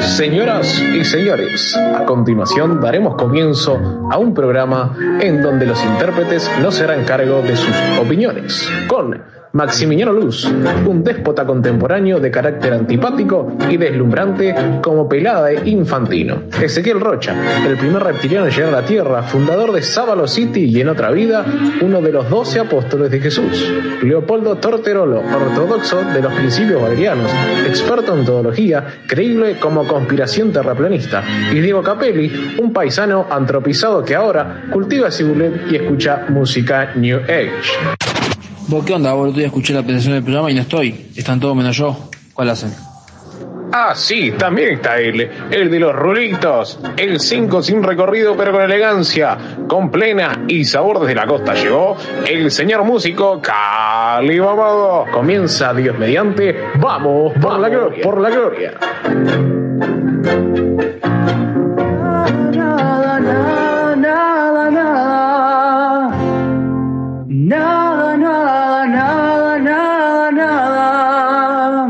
Señoras y señores, a continuación daremos comienzo a un programa en donde los intérpretes no se harán cargo de sus opiniones. Con Maximiliano Luz, un déspota contemporáneo de carácter antipático y deslumbrante como pelada de infantino. Ezequiel Rocha, el primer reptiliano en llegar a la Tierra, fundador de Sábalo City y en otra vida, uno de los doce apóstoles de Jesús. Leopoldo Torterolo, ortodoxo de los principios valerianos, experto en teología, creíble como conspiración terraplanista. Y Diego Capelli, un paisano antropizado que ahora cultiva cibulet y escucha música New Age. ¿Vos qué onda? Vos el otro día escuché la presentación del programa y no estoy. Están todos menos yo. ¿Cuál hacen? Ah, sí, también está él, el de los rulitos, el 5 sin recorrido pero con elegancia, con plena y sabor desde la costa llegó el señor músico Cali Mamado. Comienza Dios mediante, vamos, por la gloria, por la gloria. Nada, nada, nada. Nada, nada, nada, nada, nada.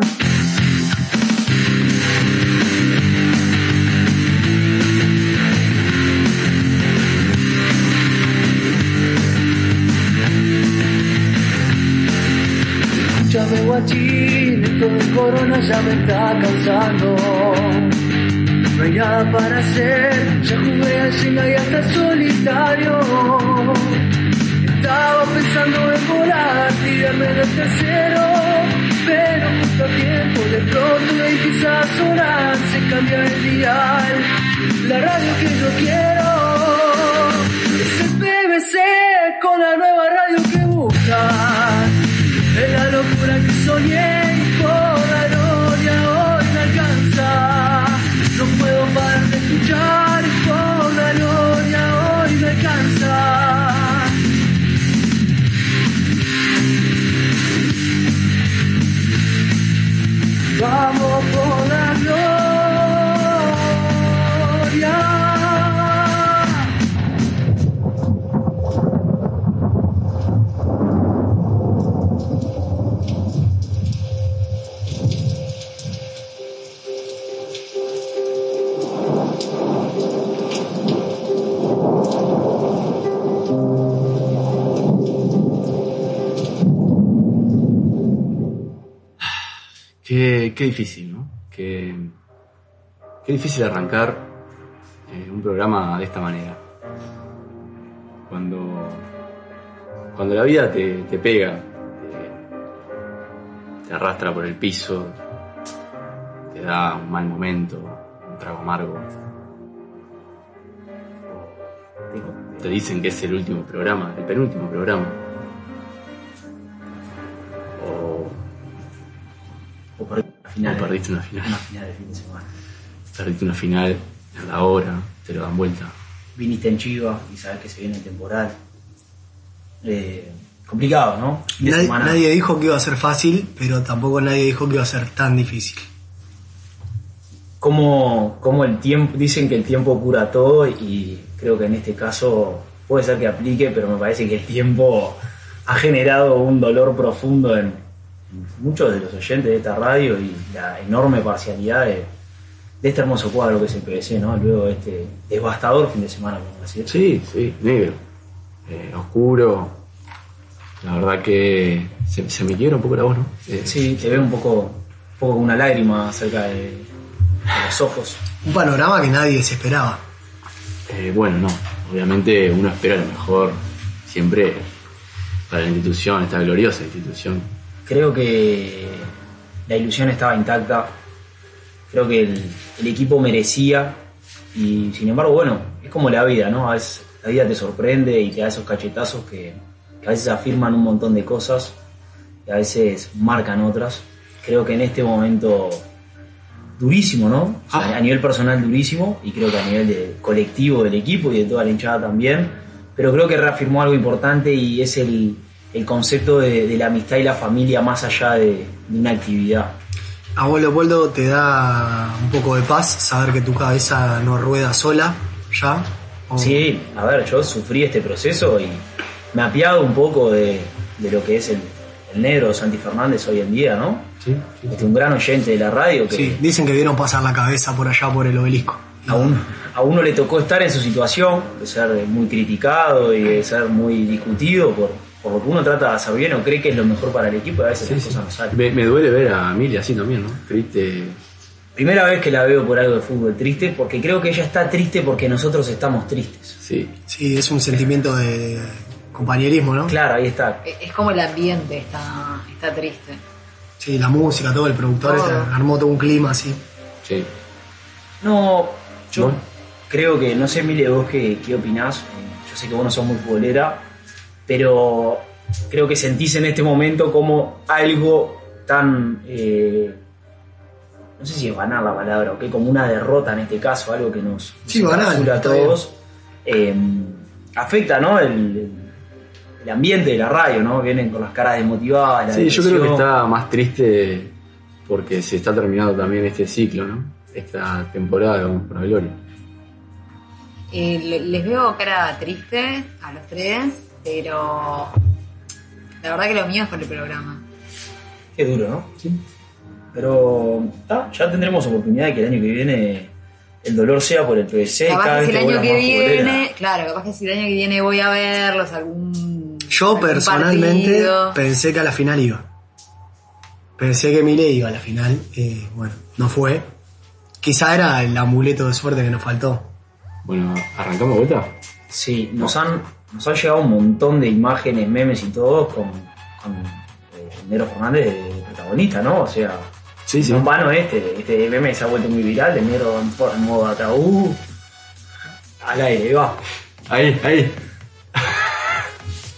Escúchame guachín, esto del corona ya me está cansando. No hay nada para hacer, ya jugué al Jenga y hasta al solitario. Estaba pensando en volar, tirarme del tercero. Pero justo a tiempo, de pronto y quizás sonar, se cambia el dial. La radio que yo quiero es el BBC con la nueva radio que buscas. Es la locura que soñé y por la gloria hoy me alcanza. No puedo parar de escuchar y por la gloria hoy me alcanza. Vamos por la gloria. Qué, qué difícil, ¿no? Qué, qué difícil arrancar eh, un programa de esta manera. Cuando, cuando la vida te, te pega, te, te arrastra por el piso, te da un mal momento, un trago amargo. Te dicen que es el último programa, el penúltimo programa. O O perdí una final. O perdiste una final. Una final de fin de semana. perdiste una final a la hora, te lo dan vuelta. Viniste en Chivas y sabes que se viene el temporal. Eh, complicado, ¿no? Fin de Nadie, semana. nadie dijo que iba a ser fácil, pero tampoco nadie dijo que iba a ser tan difícil. Cómo- cómo el tiempo, dicen que el tiempo cura todo y creo que en este caso puede ser que aplique, pero me parece que el tiempo ha generado un dolor profundo en muchos de los oyentes de esta radio y la enorme parcialidad de, de este hermoso cuadro que es el PVC, ¿no? Luego de este devastador fin de semana, como decir. Sí, sí, negro, eh, oscuro. La verdad que se, se me quiebra un poco la voz, ¿no? Eh, Sí, te veo un poco, un poco con una lágrima cerca de, de los ojos. Un panorama que nadie se esperaba. eh, bueno, no. Obviamente uno espera lo mejor siempre para la institución, esta gloriosa institución. Creo que la ilusión estaba intacta. Creo que el, el equipo merecía. Y sin embargo, bueno, es como la vida, ¿no? A veces la vida te sorprende y te da esos cachetazos que, que a veces afirman un montón de cosas y a veces marcan otras. Creo que en este momento durísimo, ¿no? O sea, Ah. A nivel personal durísimo y creo que a nivel de colectivo del equipo y de toda la hinchada también. Pero creo que reafirmó algo importante y es el, el concepto de, de la amistad y la familia más allá de, de una actividad. A vos, Leopoldo, te da un poco de paz saber que tu cabeza no rueda sola, ya. Oh. O- Sí, a ver, yo sufrí este proceso y me apiado un poco de, de lo que es el, el el negro Santi Fernández hoy en día, ¿no? Sí, sí. Este, un gran oyente de la radio que Sí, dicen que vieron pasar la cabeza por allá por el obelisco. a, uno, a uno le tocó estar en su situación, de ser muy criticado y de ser muy discutido por, por lo que uno trata de hacer bien o cree que es lo mejor para el equipo y a veces Sí, las sí. cosas no salen. Me, me duele ver a Emilia así también, ¿no? Triste. Primera vez que la veo por algo de fútbol triste, porque creo que ella está triste porque nosotros estamos tristes. Sí. Sí, es un sentimiento de compañerismo, ¿no? Claro, ahí está. Es es como el ambiente está, está triste. Sí, la música, todo, el productor Todo. este, armó todo un clima así. Sí. No, yo Bueno. creo que, no sé, Mile, vos qué, qué opinás. Yo sé que vos no sos muy futbolera, pero creo que sentís en este momento como algo tan. eh, no sé si es banal la palabra o qué, como una derrota en este caso, algo que nos. Sí, nos banal, encapsula a está bien. todos. Eh, afecta, ¿no? El, el ambiente de la radio, ¿no? Vienen con las caras desmotivadas. la Sí, yo creo que depresión. está más triste porque se está terminando también este ciclo, ¿no? Esta temporada, vamos para Gloria. Eh, le- les veo cara triste a los tres, pero la verdad que lo mío es por el programa. Qué duro, ¿no? Pero ah, ya tendremos oportunidad de que el año que viene el dolor sea por el PVC. capaz que cada vez si te el año vuelvas que más futbolera. viene, claro, capaz que si el año que viene voy a verlos algún Yo algún personalmente partido. pensé que a la final iba. Pensé que Mile iba a la final. eh, bueno, no fue. Quizá era el amuleto de suerte que nos faltó. Bueno, ¿arrancamos vuelta? Sí, nos han, nos han llegado un montón de imágenes, memes y todo con, con eh, Nero Fernández de, de protagonista, ¿no? O sea, Sí, sí. no en vano este, este meme se ha vuelto muy viral, el Nero en, for- en modo ataúd. Al aire, ahí va. Ahí, ahí.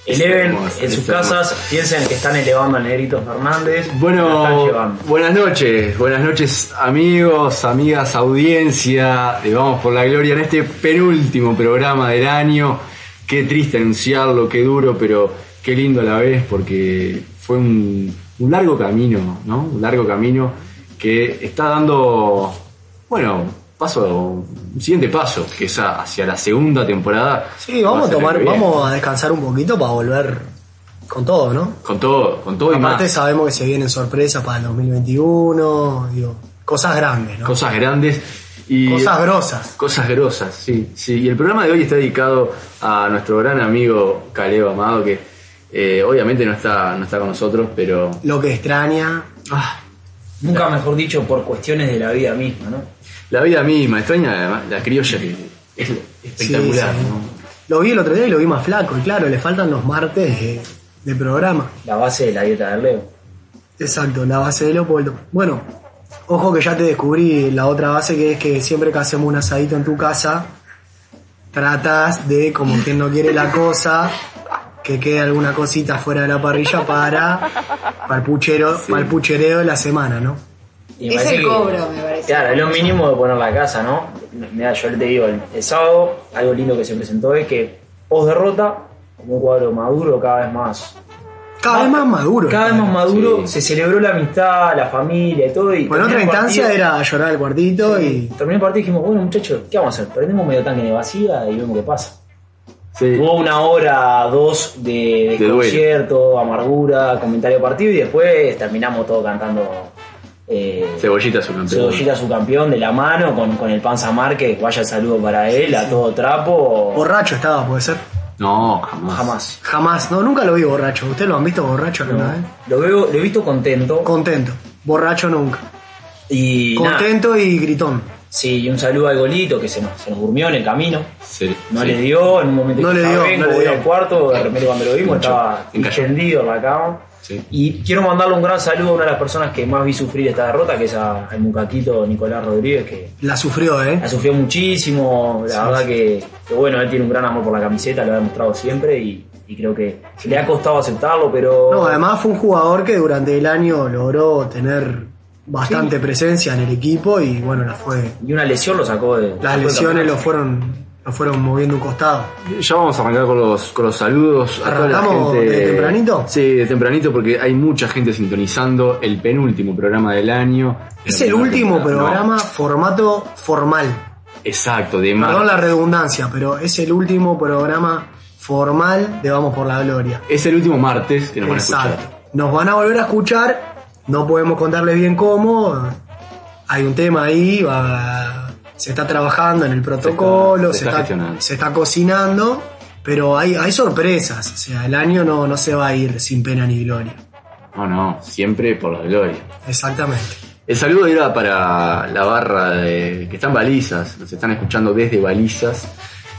Este Eleven hermoso, en es sus hermoso. casas, piensen que están elevando al Negrito Fernández. lo están Bueno, llevando. buenas noches, buenas noches amigos, amigas, audiencia de Vamos por la Gloria en este penúltimo programa del año. Qué triste anunciarlo, qué duro, pero qué lindo a la vez porque fue un, un largo camino, ¿no? Un largo camino que está dando, bueno, paso, un siguiente paso, que es a- hacia la segunda temporada. Sí, vamos Va a ser el tomar, que viene. vamos a descansar un poquito para volver con todo, ¿no? Con todo, con todo y más. Aparte sabemos que se vienen sorpresas para el 2021, digo, cosas grandes, ¿no? Cosas grandes. Y cosas grosas. Cosas grosas, sí, sí. Y el programa de hoy está dedicado a nuestro gran amigo Caleb Amado, que eh, obviamente no está, no está con nosotros, pero. Lo que extraña, ah, Nunca mejor dicho, por cuestiones de la vida misma, ¿no? la vida misma, extraña la, la criolla que es espectacular, Sí, sí. ¿no? lo vi el otro día y lo vi más flaco, y claro, le faltan los martes de, de programa. La base de la dieta del Leo. Exacto, la base de Leopoldo. Bueno, ojo que ya te descubrí la otra base que es que siempre que hacemos un asadito en tu casa, tratas de, como quien no quiere la cosa, que quede alguna cosita fuera de la parrilla para, para, el, puchero, Sí. para el puchereo de la semana, ¿no? Y me Es parece el que- cobro, me parece. Claro, es lo mínimo de poner la casa, ¿no? Mira, yo te digo, el, el sábado, algo lindo que se presentó es que os derrota, como un cuadro maduro cada vez más. Cada vez más maduro. Cada vez más maduro, Sí. se celebró la amistad, la familia y todo. Y Bueno, en otra terminó el instancia partido- era llorar al cuartito y Terminó el partido y dijimos, bueno muchachos, ¿qué vamos a hacer? Prendemos medio tanque de vacía y vemos qué pasa. Sí. Hubo una hora, dos de, De de, duelo. concierto, amargura, comentario partido y después terminamos todo cantando eh, Cebollita su campeón. Cebollita su campeón de la mano con, con el Panza Márquez, vaya el saludo para él, a todo trapo. borracho estaba, puede ser. No, jamás. Jamás. Jamás, no, nunca lo vi borracho. ¿Ustedes lo han visto borracho alguna vez? Lo veo, lo he visto contento. Contento, borracho nunca. y nada. Contento y gritón. Sí, y un saludo al golito que se nos, se nos durmió en el camino. Sí, No sí. le dio, en un momento No que le ya dio, vengo, no le voy dio. al cuarto, de repente cuando lo vimos estaba Encalló. encendido en la cama. Sí. Y quiero mandarle un gran saludo a una de las personas que más vi sufrir esta derrota, que es a- al mucaquito Nicolás Rodríguez, que La sufrió, ¿eh? la sufrió muchísimo, la Sí, verdad sí. Que, que bueno, él tiene un gran amor por la camiseta, lo ha demostrado siempre y, y creo que le ha costado aceptarlo, pero... No, además fue un jugador que durante el año logró tener bastante presencia en el equipo y bueno, la fue. Y una lesión lo sacó de... Las lesiones lo fueron, lo fueron moviendo un costado. Ya vamos a arrancar con los, con los saludos. a toda la ¿Arrancamos gente. de tempranito? Sí, de tempranito porque hay mucha gente sintonizando el penúltimo programa del año. Es el último No. programa formato formal. Exacto, de marzo. Perdón la redundancia, pero es el último programa formal de Vamos por la Gloria. Es el último martes que nos van a Exacto. escuchar. Nos van a volver a escuchar, no podemos contarles bien cómo. Hay un tema ahí, va- se está trabajando en el protocolo, se se está está, gestionando. se está cocinando, pero hay, hay sorpresas. O sea, el año no, no se va a ir sin pena ni gloria. No, no, siempre por la gloria. Exactamente. El saludo era para la barra de, que están balizas, nos están escuchando desde balizas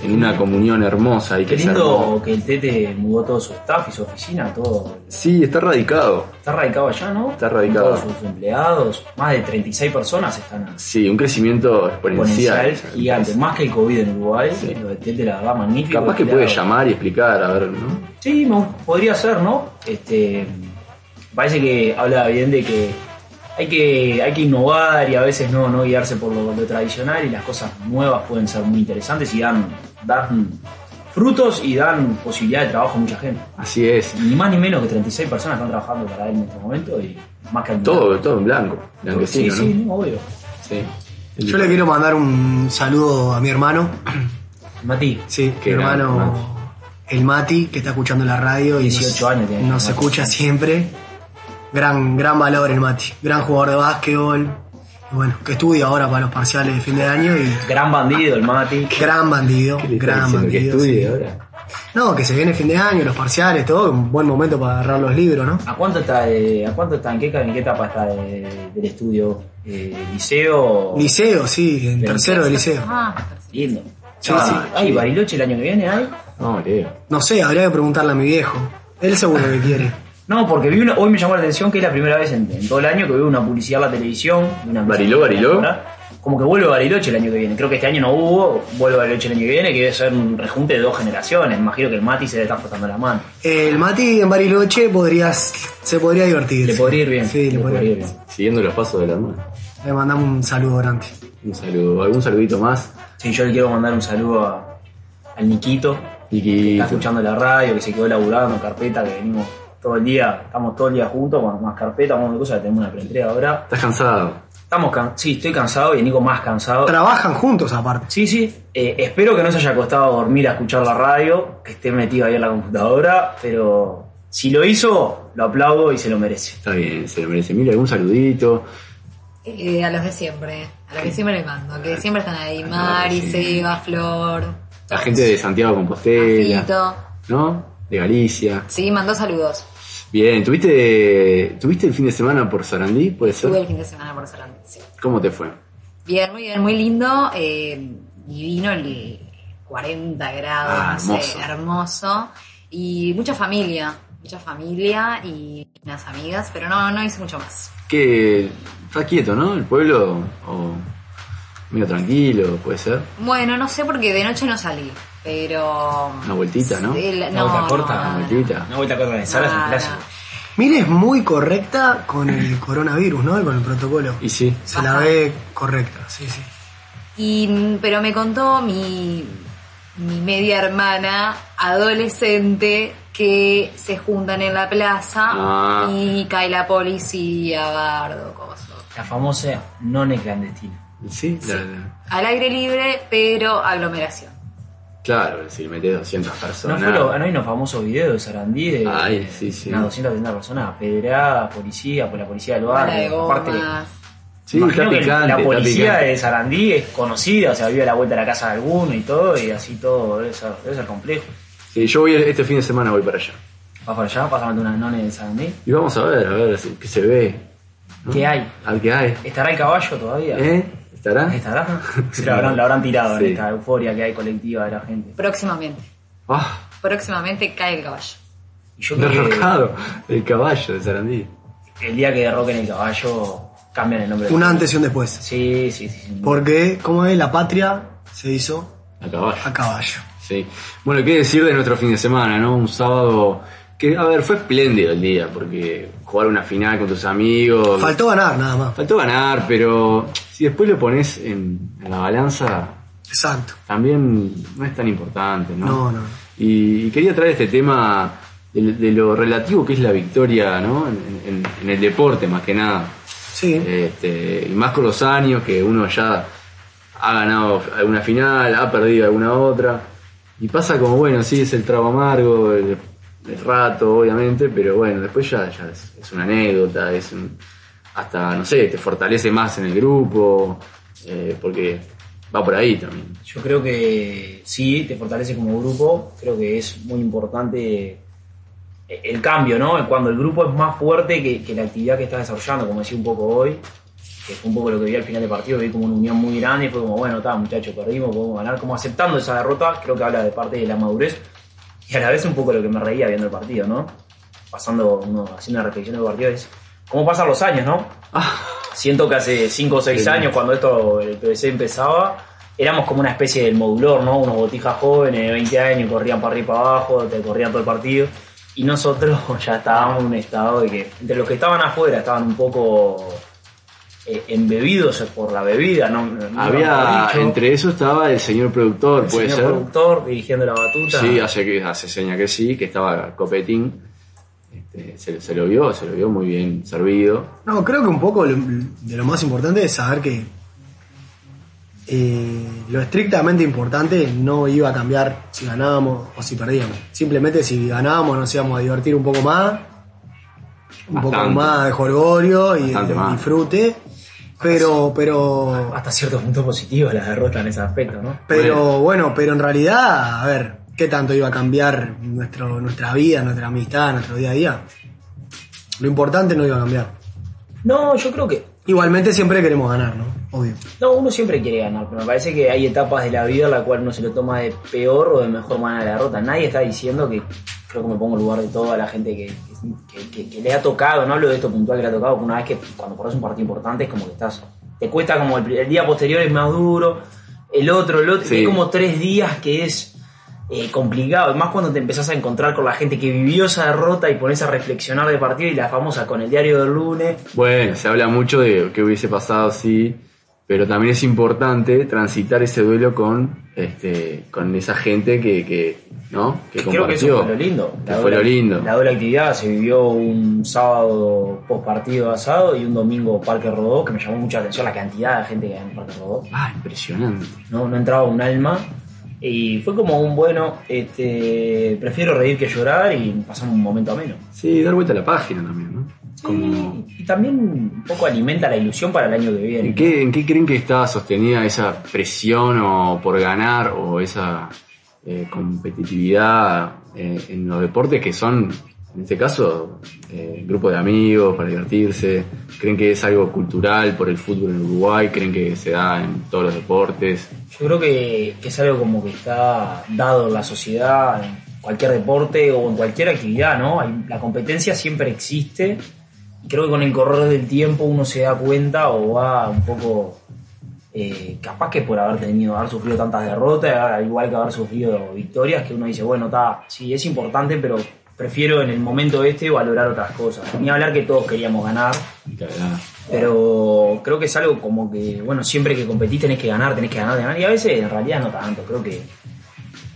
en una comunión hermosa y Qué que se armó. lindo que el Tete mudó todo su staff y su oficina, todo. Sí, está radicado. Está radicado allá, ¿no? Está radicado. Todos sus empleados, más de 36 personas están Sí, un crecimiento exponencial. exponencial, gigante, más que el COVID en Uruguay. Sí. Lo del Tete la verdad magnífico. Capaz que empleado. puede llamar y explicar, a ver, ¿no? Sí, me gu- podría ser, ¿no? Este, parece que habla bien de que hay que, hay que innovar y a veces no, no guiarse por lo, lo tradicional y las cosas nuevas pueden ser muy interesantes y dan, dan frutos y dan posibilidad de trabajo a mucha gente. Así es. Ni más ni menos que 36 personas están trabajando para él en este momento y más que Todo, todo en blanco. Blanquecino, sí, sí, obvio. ¿no? Sí. Yo le quiero mandar un saludo a mi hermano. Mati, Sí, Qué mi grande, hermano, Mati. el Mati, que está escuchando la radio y 18 nos, años tiene. nos Mati. escucha siempre. Gran, gran valor el Mati, gran jugador de básquetbol. Y bueno, que estudia ahora para los parciales de fin de año y gran bandido el Mati. gran bandido, ¿Qué le está gran diciendo? que bandido. estudie sí. ahora. No, que se viene fin de año, los parciales, todo, un buen momento para agarrar los libros, ¿no? ¿A cuánto está, de- a cuánto está, en qué, en qué etapa está de- del estudio? Eh, ¿Liceo? Liceo, sí, en tercero de liceo. Ah, tercero. Lindo. Sí, Ah, sí. Ay, Bariloche el año que viene, ay. No, Leo. No sé, habría que preguntarle a mi viejo. Él seguro que quiere. No, porque vi una- hoy me llamó la atención que es la primera vez en, en todo el año que veo una publicidad en la televisión. de Una ¿Bariló, Bariló? ¿verdad? Como que vuelve Bariloche el año que viene. Creo que este año no hubo, vuelve Bariloche el año que viene, que debe ser un rejunte de dos generaciones. Imagino que el Mati se le está forzando la mano. El Mati en Bariloche podrías, se podría divertir. Le sí. podría ir bien. Sí, le, podría ir bien. Siguiendo los pasos de la hermana. Le mandamos un saludo grande. Un saludo, algún saludito más. Sí, yo le quiero mandar un saludo a- al Niquito, Y que que está escuchando la radio, que se quedó laburando, carpeta, que venimos todo el día, estamos todo el día juntos, con más carpeta, con de cosas, que tenemos una preentrega ahora. estás cansado. Estamos can- sí, estoy cansado y Nico más cansado. Trabajan juntos aparte. Sí, sí. Eh, espero que no se haya acostado a dormir a escuchar la radio, que esté metido ahí en la computadora, pero si lo hizo, lo aplaudo y se lo merece. Está bien, se lo merece. Mira, algún saludito. Eh, a los de siempre, a los que siempre le mando, que siempre están Ah, ahí. Claro, Mari, sí. Seba, Flor, La gente de Santiago de Compostela. Fito. ¿no? De Galicia. Sí, mandó saludos. Bien, ¿tuviste, ¿tuviste el fin de semana por Sarandí? ¿Puede Estuve el ser? fin de semana por Sarandí. sí. ¿Cómo te fue? Bien, muy bien, muy lindo. eh, divino el 40 grados, Ah, no sé, hermoso. hermoso. Y mucha familia, mucha familia y unas amigas, pero no, no hice mucho más. Que está quieto, ¿no? El pueblo, o medio tranquilo, puede ser. Bueno, no sé porque de noche no salí, pero... Una vueltita, ¿no? Sí, la- Una no, vuelta corta, no, una no, Ah. no. Tranquilita. Una vuelta con No, Salas es un no. clásico. Mire, es muy correcta con el coronavirus, ¿no? Y con el protocolo. Y sí, Se la Ajá. ve correcta, sí, sí. Y, mm, pero me contó mi, mi media hermana adolescente que se juntan en la plaza Ah. y cae la policía, bardo, cosas. La famosa none clandestina. y sí, la- la- Al aire libre, pero aglomeración. claro, si metes 200 ¿No, personas. fue lo- no hay unos famosos videos de Sarandí de Ay, sí, sí. unas 230 personas apedradas, policía, por la policía del Para de barrio. Aparte, gomas. sí, imagino está que picante, la está policía picante. de Sarandí es conocida, o sea, vive a la vuelta de la casa de alguno y todo, y así todo, debe ser, debe ser complejo. Sí, yo voy este fin de semana voy para allá. Vas para allá, pásame unas nones de Sarandí. Y vamos a ver, a ver si- qué se ve. ¿no? ¿Qué hay? Al que hay. ¿Estará el caballo todavía? ¿Eh? ¿Estará? ¿Estará? Sí, lo habrán, lo habrán tirado Sí. en esta euforia que hay colectiva de la gente. Próximamente. Ah, Próximamente cae el caballo. Y yo creo que derrocado. El caballo de Sarandí. el día que derroquen el caballo, cambian el nombre. del Un club. antes y un después. Sí, sí, sí. sí. Porque, como es, la patria se hizo A caballo. a caballo. Sí. Bueno, qué decir de nuestro fin de semana, ¿no? Un sábado que, a ver, fue espléndido el día, porque jugar una final con tus amigos. Faltó ganar, nada más. Faltó ganar, pero si después lo pones en, en la balanza, Exacto. también no es tan importante, ¿no? No, no. Y, y quería traer este tema de, de lo relativo que es la victoria, ¿no? En- en- en el deporte, más que nada. Sí. Este, y más con los años que uno ya ha ganado alguna final, ha perdido alguna otra. Y pasa como, bueno, sí, es el trago amargo, el- el rato, obviamente, pero bueno, después ya, ya es, es una anécdota, es un- hasta, no sé, te fortalece más en el grupo, eh, porque va por ahí también. Yo creo que sí, te fortalece como grupo. Creo que es muy importante el cambio, ¿no? Cuando el grupo es más fuerte que, que la actividad que estás desarrollando, como decía un poco hoy, que fue un poco lo que vi al final del partido, vi como una unión muy grande y fue como, bueno, está, muchachos, perdimos, podemos ganar, como aceptando esa derrota, creo que habla de parte de la madurez y a la vez un poco lo que me reía viendo el partido, ¿no? Pasando, uno, haciendo una reflexión del partido, es cómo pasan los años, ¿no? Siento que hace 5 o 6 años, cuando esto, el PVC empezaba, éramos como una especie del modulor, ¿no? Unos botijas jóvenes de 20 años, corrían para arriba y para abajo, te corrían todo el partido. Y nosotros ya estábamos en un estado de que, entre los que estaban afuera, estaban un poco eh, embebidos por la bebida, ¿no? No Había, mejor dicho, entre eso estaba el señor productor, el puede señor ser. productor dirigiendo la batuta. Sí, hace, que- hace seña que sí, que estaba Copetín. Este, se, se lo vio, se lo vio muy bien servido. No, creo que un poco lo- de lo más importante es saber que eh, lo estrictamente importante no iba a cambiar si ganábamos o si perdíamos. Simplemente si ganábamos nos íbamos a divertir un poco más, un poco Bastante. más de jorgorio y Bastante de más. disfrute. Pero, pero, Hasta cierto punto positivo la derrota en ese aspecto, ¿no? pero bueno. pero en realidad, a ver, ¿qué tanto iba a cambiar nuestro, nuestra vida, nuestra amistad, nuestro día a día? Lo importante no iba a cambiar. No, yo creo que Igualmente siempre queremos ganar, ¿no? Obvio. No, uno siempre quiere ganar, pero me parece que hay etapas de la vida en la cual uno se lo toma de peor o de mejor manera la derrota. Nadie está diciendo que, creo que me pongo en lugar de toda la gente que, que- que- que le ha tocado, no hablo de esto puntual que le ha tocado, porque una vez que cuando perdés un partido importante es como que estás, te cuesta como el, el día posterior es más duro, el otro, el otro, Sí. y hay como tres días que es eh, complicado, más cuando te empezás a encontrar con la gente que vivió esa derrota y pones a reflexionar de partido y la famosa con el diario del lunes. Bueno, se habla mucho de qué hubiese pasado sí, pero también es importante transitar ese duelo con este, con esa gente que, que ¿no? Que Creo que compartió. eso fue lo lindo. Que fue lo lindo. La doble actividad se vivió un sábado post partido asado y un domingo Parque Rodó, que me llamó mucha atención la cantidad de gente que había en Parque Rodó. Ah, impresionante. No, no entraba un alma. Y fue como un bueno, este, prefiero reír que llorar y pasamos un momento ameno. Sí, dar vuelta a la página también, ¿no? Como- Y también un poco alimenta la ilusión para el año que viene. ¿En qué, en qué creen que está sostenida esa presión o por ganar o esa eh, competitividad eh, en los deportes que son, en este caso, eh, grupo de amigos para divertirse? ¿Creen que es algo cultural por el fútbol en Uruguay? ¿Creen que se da en todos los deportes? Yo creo que, que es algo como que está dado en la sociedad, en cualquier deporte o en cualquier actividad, ¿no? Hay- la competencia siempre existe. Y creo que con el correr del tiempo uno se da cuenta o va un poco eh, capaz que por haber tenido, haber sufrido tantas derrotas, al igual que haber sufrido victorias, que uno dice, bueno, está, sí, es importante, pero prefiero en el momento este valorar otras cosas. Ni hablar que todos queríamos ganar, La verdad, pero creo que es algo como que, bueno, siempre que competís tenés que ganar, tenés que ganar, ganar. Y a veces en realidad no tanto. Creo que,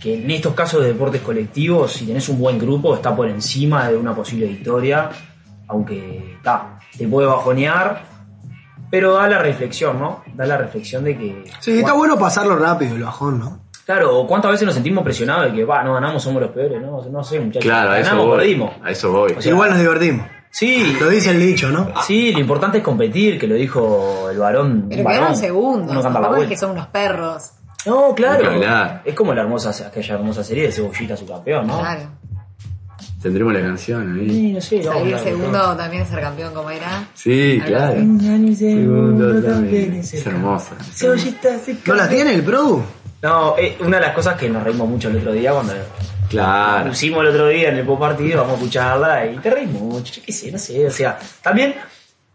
que en estos casos de deportes colectivos, si tenés un buen grupo, está por encima de una posible victoria. Aunque ta, te puede bajonear, pero da la reflexión, ¿no? Da la reflexión de que. Sí, está bueno pasarlo rápido el bajón, ¿no? Claro, o cuántas veces nos sentimos presionados de que, va, no ganamos, somos los peores, ¿no? No sé, muchachos. Claro, a eso ganamos, voy. perdimos. A eso voy. O sea, Igual nos divertimos. Sí, Lo dice el dicho, ¿no? Sí, lo importante es competir, que lo dijo el varón. Pero un varón. quedaron Uno segundos. canta la Tampoco es que vuelta. son unos perros. No, Ni que claro. hablar. Es como la hermosa, aquella hermosa serie de Cebollita, su campeón, ¿no? Claro. Tendremos la canción ¿eh? ahí. Sí, no sé. vamos a Salir hablar de todo. segundo también ser campeón como era. Sí, Algo claro. así. Segundo también. Es hermosa. Cebollita, se ¿No la campeón. tiene el Produ? No, eh, una de las cosas que nos reímos mucho el otro día cuando Claro. pusimos el otro día en el post partido, vamos a escucharla y te reímos mucho. Yo qué sé, no sé. O sea, también,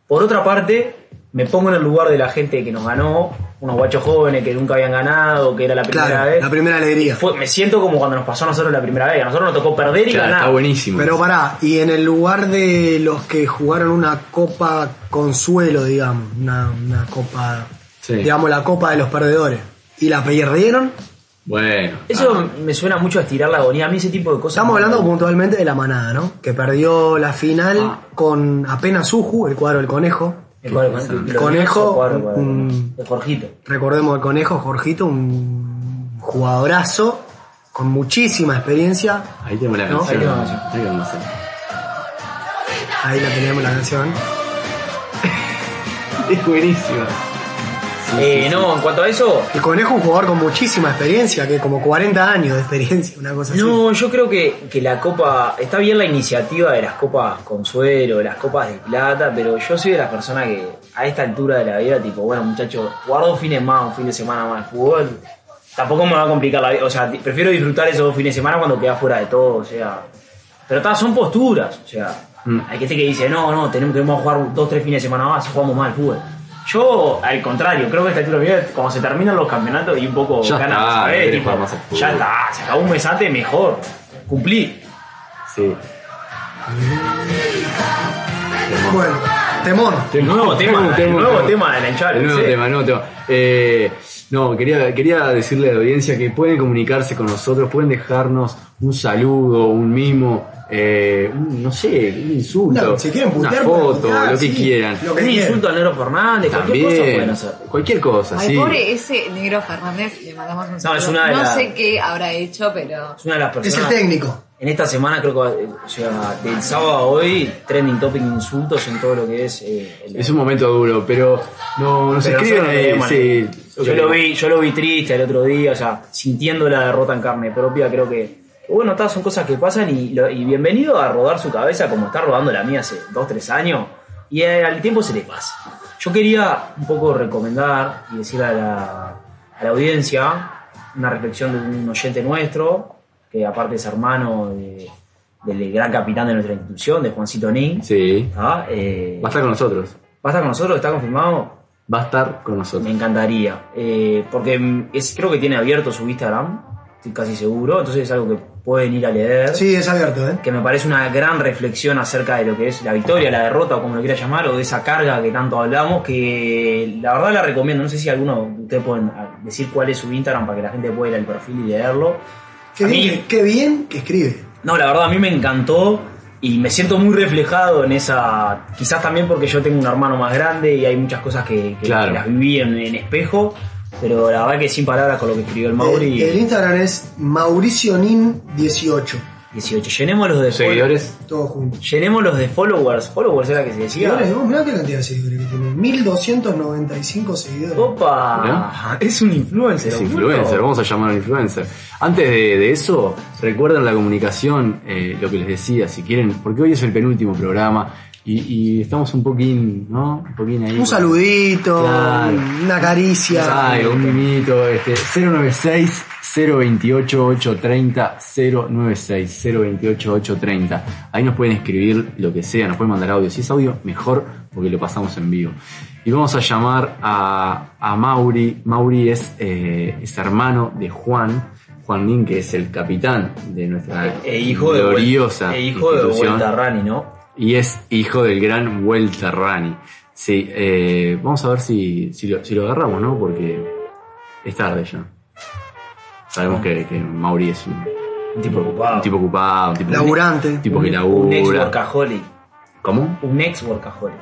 por otra parte, me pongo en el lugar de la gente que nos ganó, unos guachos jóvenes que nunca habían ganado, que era la primera Claro, vez. la primera alegría. Fue- me siento como cuando nos pasó a nosotros la primera vez, que a nosotros nos tocó perder y Claro, ganar. está buenísimo. Pero pará, y en el lugar de los que jugaron una copa consuelo, digamos, una, una copa, Sí. digamos, la copa de los perdedores, y la perdieron, Bueno. Eso me suena mucho a estirar la agonía, a mí ese tipo de cosas. estamos me- hablando puntualmente de la manada, ¿no? Que perdió la final Ah. con apenas Uju, el cuadro del conejo. El cuadro- el- el- el- Conejo, el cuadro- cuadro- un- de Jorgito. Recordemos el conejo, Jorgito, un jugadorazo con muchísima experiencia. ah, Ahí tenemos la No, canción. ahí tenemos la Ahí tenemos la canción. Ahí la tenemos la canción. Es buenísima. Sí, Eh, sí, no, en cuanto a eso, El conejo es un jugador con muchísima experiencia, que como 40 años de experiencia, una cosa así. No, yo creo que, que la copa. Está bien la iniciativa de las copas Consuelo, de las copas de plata, pero yo soy de las personas que a esta altura de la vida, tipo, bueno, muchachos, jugar dos fines más, un fin de semana más de fútbol, tampoco me va a complicar la vida. O sea, ti- prefiero disfrutar esos dos fines de semana cuando queda fuera de todo, o sea. Pero ta, son posturas, o sea. Mm. Hay gente que dice, no, no, tenemos que jugar dos, tres fines de semana más, jugamos más al fútbol. Yo, al contrario, creo que a esta altura de mi vida, cuando se terminan los campeonatos y un poco Ya ganas, está, ¿sabes? querés Tipo, jugar más al fútbol. ya está, Ah, se acabó un mes antes, mejor. Cumplí. Sí. Bueno, temor. El nuevo tema, Tema, el tema, nuevo tema. tema de la hinchada. El nuevo sí. tema, el nuevo tema. Eh, no, quería, quería decirle a la audiencia que pueden comunicarse con nosotros, pueden dejarnos un saludo, un mimo, eh, un- no sé, un insulto, No, si quieren una putear, foto, pueden putear, lo sí, que quieran. Lo que Un quieran. insulto al Nero Fernández, cualquier cosa pueden También, hacer. cualquier cosa, Al sí. pobre ese negro Fernández le mandamos un saludo. es una de no las- sé qué habrá hecho, pero. Es una de las Es el personas. técnico. en esta semana creo que, eh, o sea, del sábado a hoy, trending topic insultos en todo lo que es. eh, el- Es un momento duro, pero no, nos Pero escriben nosotros ahí. queremos, sí, Yo ok. lo vi, yo lo vi triste el otro día, o sea, sintiendo la derrota en carne propia, creo que. Bueno, ta, son cosas que pasan y, lo- y bienvenido a rodar su cabeza como está rodando la mía hace 2-3 años y eh, al tiempo se le pasa. Yo quería un poco recomendar y decir a la, a la audiencia una reflexión de un oyente nuestro, que aparte es hermano de- del gran capitán de nuestra institución, de Juancito Nin. Sí, ¿tá? Eh, va a estar con nosotros. ¿Basta con nosotros? ¿Está confirmado? Va a estar con Me nosotros. encantaría. eh, porque mm, es, creo que tiene abierto su Instagram, estoy casi seguro. Entonces es algo que pueden ir a leer. Sí, es abierto, ¿eh? Que me parece una gran reflexión acerca de lo que es la victoria, la derrota, o como lo quiera llamar, o de esa carga que tanto hablamos. Que la verdad la recomiendo. No sé si alguno de ustedes pueden ah, decir cuál es su Instagram para que la gente pueda ir al perfil y leerlo. Qué A bien, mí- que, qué bien que escribe. No, la verdad a mí me encantó y me siento muy reflejado en esa. Quizás también porque yo tengo un hermano más grande y hay muchas cosas que, que- Claro. que las viví en, en espejo, pero la verdad que sin palabras con lo que escribió el Mauri. Eh, El, el Instagram es MauricioNin18. 18. Llenémoslos de Seguidores, Todo junto. fol- Llenémoslos de followers. ¿Followers era que se decía? Eh, Seguidores, vos mirá qué cantidad de seguidores que tiene. 1295 seguidores. ¡Opa! Ah, Es un influencer. es oculto. influencer, vamos a llamar a un influencer. Antes de, de eso, recuerden la comunicación, eh, lo que les decía, si quieren, porque hoy es el penúltimo programa y, y estamos un poquín, ¿no? Un poquín ahí. Un saludito, Claro. una caricia. Ay, un mimito, este, 096 028 830 096 028 830. Ahí nos pueden escribir lo que sea, nos pueden mandar audio. Si es audio, mejor porque lo pasamos en vivo. Y vamos a llamar a, a Mauri. Mauri es, eh, es hermano de Juan. Juan Lin, que es el capitán de nuestra E hijo de Ah, gloriosa vuelta, e hijo de institución. vuelta Rani, ¿no? Y es hijo del gran Vuelta Rani. Sí, eh, vamos a ver si, si, lo, si lo agarramos, ¿no? Porque es tarde ya. Sabemos que, que Mauri es un, Un tipo ocupado. un tipo ocupado, un tipo, Laburante. un tipo que Un ex labura. workaholic. ¿Cómo? Un ex workaholic.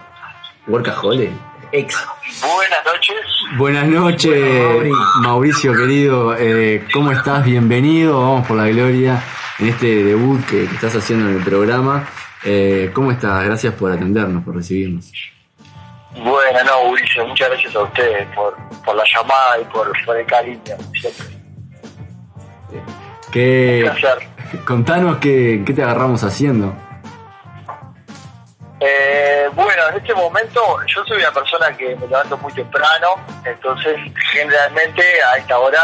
¿Workaholic? Ex. Buenas noches. Buenas noches, Bueno, Mauricio querido. Eh, ¿Cómo estás? Bienvenido. Vamos por la gloria en este debut que, que estás haciendo en el programa. Eh, ¿Cómo estás? Gracias por atendernos, por recibirnos. Bueno, no, Ulises, muchas gracias a ustedes por, por la llamada y por, por el cariño. siempre. Un ¿Qué, placer. Contanos qué, qué te agarramos haciendo. Eh, bueno, en este momento yo soy una persona que me levanto muy temprano, entonces generalmente a esta hora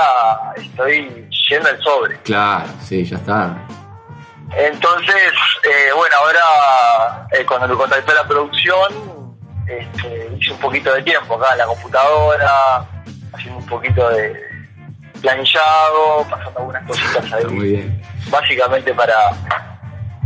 estoy lleno el sobre. Claro, sí, ya está. Entonces, eh, bueno, ahora eh, cuando me contactó la producción, este, hice un poquito de tiempo acá en la computadora, haciendo un poquito de planillado, pasando algunas cositas Está muy ahí, bien. básicamente para,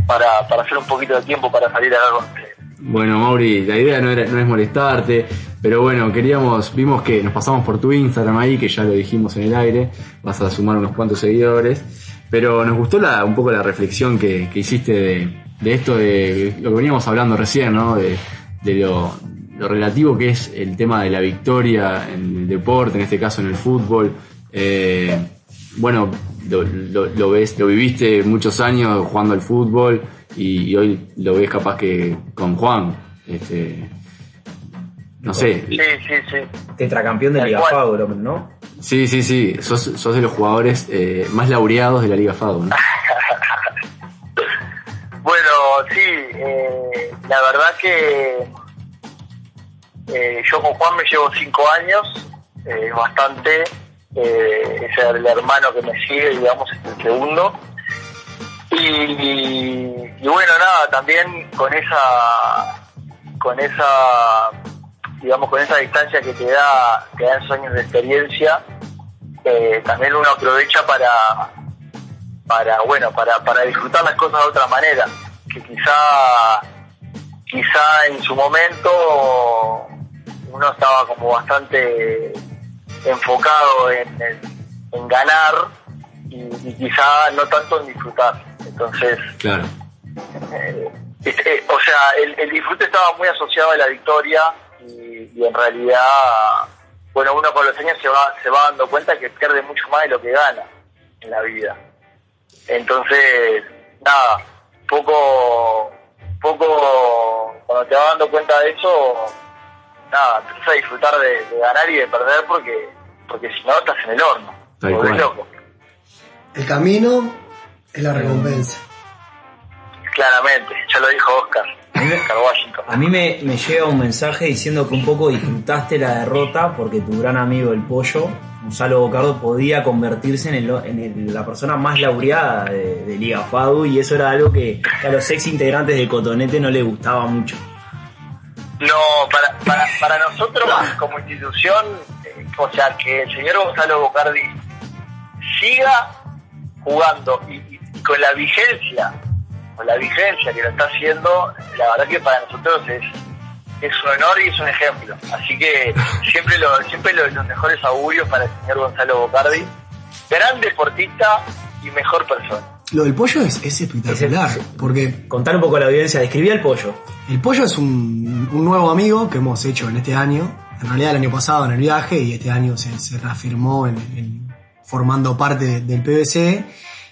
para, para hacer un poquito de tiempo para salir acá con ustedes. Bueno, Mauri, la idea no, era, no es molestarte, pero bueno, queríamos, vimos que nos pasamos por tu Instagram ahí, que ya lo dijimos en el aire, vas a sumar unos cuantos seguidores, pero nos gustó la, un poco la reflexión que, que hiciste de, de esto, de lo que veníamos hablando recién, ¿no? De, de lo, lo relativo que es el tema de la victoria en el deporte, en este caso en el fútbol. Eh, bueno, lo, lo- lo ves, lo viviste muchos años jugando al fútbol y, y hoy lo ves capaz que con Juan. Este, no sé, Sí, sí, sí. Tetracampeón de Tal Liga cual. Fago, el hombre, ¿no? sí, sí, sí, sos, sos de los jugadores eh, más laureados de la Liga FADO, ¿no? Bueno, sí, eh, la verdad que eh, yo con Juan me llevo cinco años, eh, bastante, eh, es el hermano que me sigue, digamos, es el segundo. Y, y bueno, nada, también con esa, con esa, digamos, con esa distancia que te da, que dan esos años de experiencia, eh, también uno aprovecha para, para bueno para, para disfrutar las cosas de otra manera que quizá quizá en su momento uno estaba como bastante enfocado en, en- en ganar y, y quizá no tanto en disfrutar entonces Claro, eh, este, o sea el, el disfrute estaba muy asociado a la victoria y, y en realidad bueno uno con los años se va se va dando cuenta que pierde mucho más de lo que gana en la vida entonces, nada, poco, poco, cuando te vas dando cuenta de eso, nada, empiezas a disfrutar de, de ganar y de perder porque, porque si no estás en el horno, Tal volvés cual. loco, El camino es la recompensa. claramente, ya lo dijo Oscar, Oscar Washington. A mí me, me llega un mensaje diciendo que un poco disfrutaste la derrota porque tu gran amigo el pollo, Gonzalo Bocardo, podía convertirse en, el- en el- la persona más laureada de, de Liga Fadu y eso era algo que, que a los ex integrantes de Cotonete no le gustaba mucho. No, para, para, para nosotros como institución, eh, o sea, que el señor Gonzalo Bocardi siga jugando y, y- y con la vigencia, con la vigencia que lo está haciendo, la verdad que para nosotros es, es un honor y es un ejemplo. Así que siempre, lo, siempre lo- los mejores augurios para el señor Gonzalo Bocardi, gran deportista y mejor persona. Lo del pollo es, es espectacular, porque Contar un poco a la audiencia, describí al pollo. el pollo es un, un nuevo amigo que hemos hecho en este año, en realidad el año pasado en el viaje y este año se, se reafirmó en, en- formando parte de- del PBC,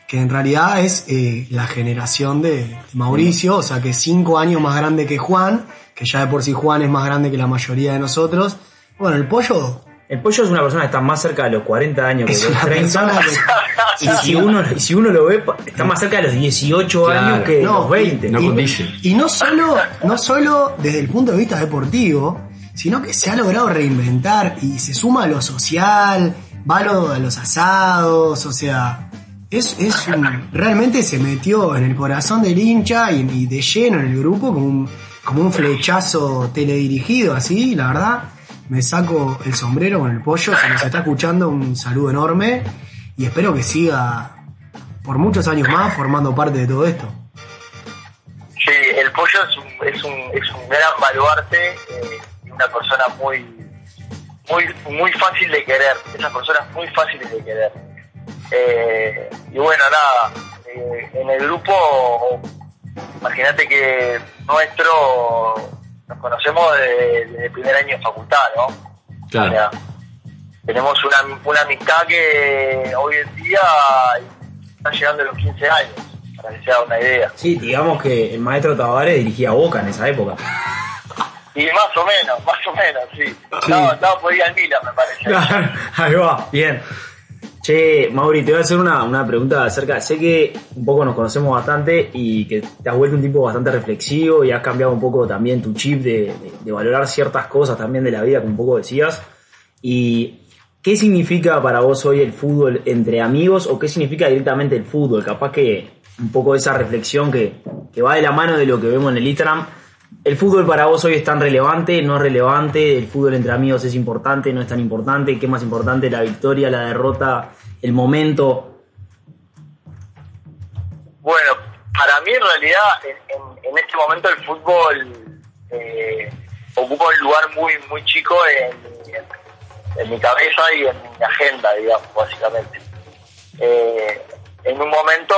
que en realidad es eh, la generación de, de Mauricio, o sea que es cinco años más grande que Juan, que ya de por sí Juan es más grande que la mayoría de nosotros. Bueno, el pollo El pollo es una persona que está más cerca de los 40 años que es de los una 30. persona que... Y si uno, y si uno lo ve, pa- está más cerca de los 18 Claro. años que de No, los 20. no y, condice. y no solo, no solo desde el punto de vista deportivo, sino que se ha logrado reinventar y se suma a lo social, va a, lo- a los asados, o sea, es, es un- realmente se metió en el corazón del hincha y, y de lleno en el grupo como un, como un flechazo teledirigido, así, la verdad. Me saco el sombrero con el pollo, si nos está escuchando, un saludo enorme y espero que siga por muchos años más formando parte de todo esto. Sí, el pollo es un, es un, es un gran baluarte eh, y una persona muy, muy, muy fácil de querer. Esas personas muy fáciles de querer. Eh, y bueno, nada, eh, en el grupo, imagínate que nuestro, nos conocemos desde, desde el primer año de facultad, ¿no? O sea, claro, tenemos una, una amistad que hoy en día está llegando a los 15 años, para que se haga una idea. Sí, digamos que el maestro Tavares dirigía Boca en esa época. Y más o menos, más o menos, sí. Estaba, estaba por ir al Milan, me parece. Claro, ahí va, bien. Che, Mauri, te voy a hacer una, una pregunta acerca. Sé que un poco nos conocemos bastante y que te has vuelto un tipo bastante reflexivo y has cambiado un poco también tu chip de, de- de valorar ciertas cosas también de la vida, que un poco decías. ¿Y qué significa para vos hoy el fútbol entre amigos o qué significa directamente el fútbol? Capaz que un poco esa reflexión que, que va de la mano de lo que vemos en el Instagram. ¿El fútbol para vos hoy es tan relevante? ¿No es relevante? ¿El fútbol entre amigos es importante? ¿No es tan importante? ¿Qué es más importante? ¿La victoria, la derrota, el momento? Bueno, para mí en realidad, en, en- en este momento el fútbol eh, ocupa un lugar muy muy chico en, en- en mi cabeza y en mi agenda, digamos, básicamente. Eh, en un momento,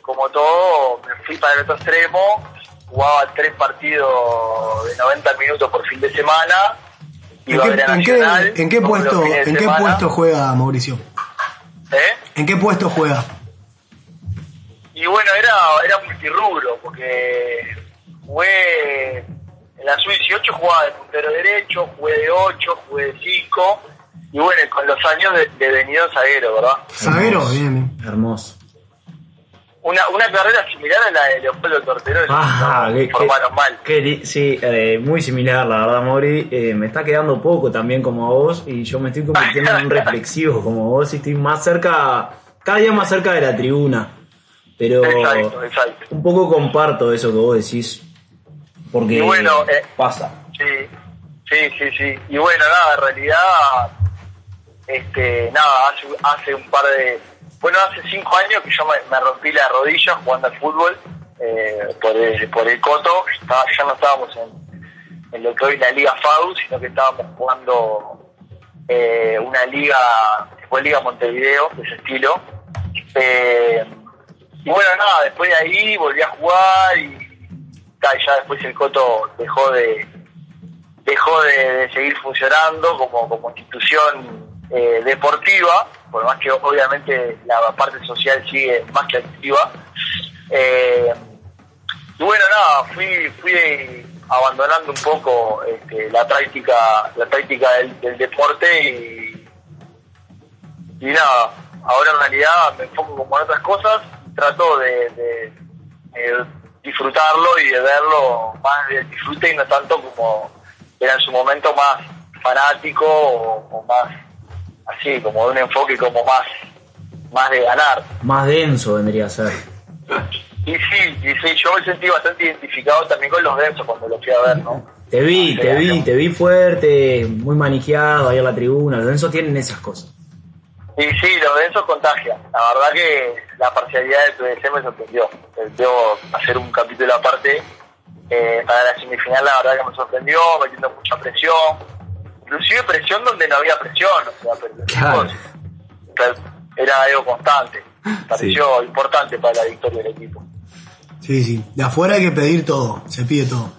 como todo, me fui para el otro extremo, jugaba tres partidos de 90 minutos por fin de semana. ¿En iba a ver qué, a en qué- Nacional en qué todos los puesto, fines de en qué semana. puesto juega Mauricio? ¿Eh? ¿En qué puesto juega? Y bueno, era, era multirrubro, porque jugué en la sub-18, jugaba de puntero derecho, jugué de 8, jugué de 5, y bueno, con los años de, de venido zaguero, ¿verdad? ¿Zaguero? Bien, bien. Hermoso. Una, una carrera similar a la de Leopoldo Tortero, que Ah, se qué- formaron mal. qué li- sí, eh, muy similar, la verdad, Mori. Eh, me está quedando poco también como a vos y yo me estoy convirtiendo en un reflexivo como vos y estoy más cerca, cada día más cerca de la tribuna. Pero Exacto, exacto. un poco comparto eso que vos decís. Porque Y bueno, eh, pasa. Sí, sí, sí, sí. Y bueno, nada, en realidad, este, nada, hace, hace un par de... Bueno, hace cinco años que yo me, me rompí la rodilla jugando al fútbol eh, por, el, por el coto. Estaba- ya no estábamos en, en lo que hoy es la Liga FAU, sino que estábamos jugando eh, una liga, que fue Liga Montevideo, de ese estilo. Eh, y bueno, nada, después de ahí volví a jugar y ta, y ya después el Coto dejó de dejó de, de seguir funcionando como, como institución eh, deportiva, por más que obviamente la parte social sigue más que activa. Eh, y bueno, nada, fui, fui abandonando un poco este, la práctica, la práctica del, del deporte y, y nada, ahora en realidad me enfoco como en otras cosas, trato de, de- de disfrutarlo y de verlo más del disfrute y no tanto como era en su momento más fanático o, o más así, como de un enfoque como más, más de ganar. Más denso vendría a ser. Y sí, y sí, yo me sentí bastante identificado también con los densos cuando los fui a ver, ¿no? Te vi, Ah, te claro. vi, te vi fuerte, muy manijeado ahí en la tribuna. Los densos tienen esas cosas. Y sí, los densos contagian. La verdad que la parcialidad del PDC me sorprendió. Debo hacer un capítulo aparte. eh, para la semifinal la verdad que me sorprendió, metiendo mucha presión. Inclusive presión donde no había presión. O sea, pero- Claro. pero era algo constante. Pareció importante para la victoria del equipo. Sí, sí. De afuera hay que pedir todo, se pide todo.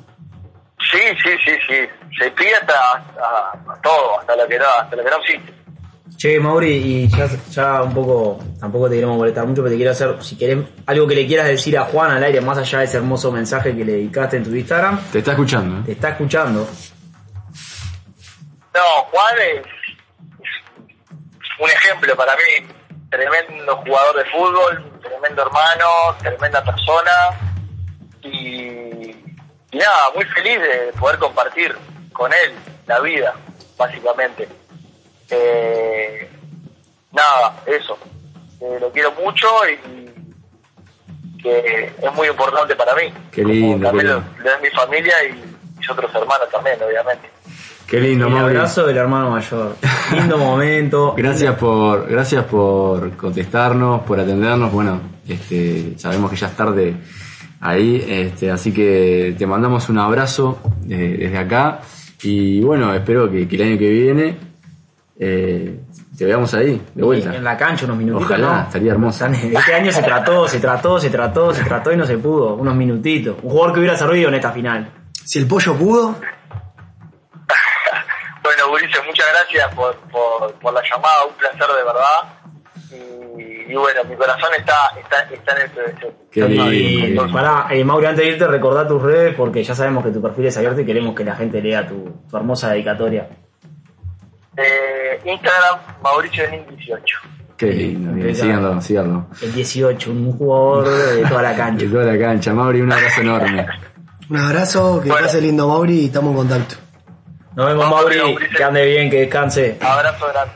Sí, sí, sí, sí. Se pide hasta, hasta- hasta todo, hasta lo que no, hasta lo que no existe. Che, Mauri, y ya, ya un poco, tampoco te queremos molestar mucho, pero te quiero hacer, si querés, algo que le quieras decir a Juan al aire, más allá de ese hermoso mensaje que le dedicaste en tu Instagram, Te está escuchando, ¿eh? te está escuchando. No, Juan es un ejemplo para mí. Tremendo jugador de fútbol, tremendo hermano, tremenda persona. Y, y nada, muy feliz de poder compartir con él la vida, básicamente. Eh, nada, eso. Eh, lo quiero mucho y que es muy importante para mí. Qué Como lindo, También qué lo, lindo. lo es mi familia y mis otros hermanos también, obviamente. Qué lindo, El Mauri. abrazo del hermano mayor. Lindo momento. Gracias por, gracias por contestarnos, por atendernos. Bueno, este, sabemos que ya es tarde ahí, este, así que te mandamos un abrazo eh, desde acá y bueno, espero que, que el año que viene eh, te veamos ahí, de vuelta. En la cancha unos minutitos. Ojalá, ¿no? estaría hermoso. Este año se trató, se trató, se trató, se trató y no se pudo. Unos minutitos. Un jugador que hubiera servido en esta final. Si el pollo pudo, Bueno, Ulises, muchas gracias por, por, por la llamada, un placer de verdad. Y, y bueno, mi corazón está, está, está en este, el PVC. Qué lindo, qué Y lindo. pará, eh, Mauri, antes de irte, recordá tus redes porque ya sabemos que tu perfil es abierto y queremos que la gente lea tu, tu hermosa dedicatoria. Eh, Instagram, Mauricio Denín 18. Qué lindo, bien, síganlo, síganlo. El 18, un jugador de toda la De cancha. toda la cancha, Mauri, un abrazo enorme. un abrazo, que Bueno. pase lindo, Mauri, y estamos en contacto. Nos vemos, Vamos, Mauri. Mauri. Que ande bien, que descanse. Abrazo grande.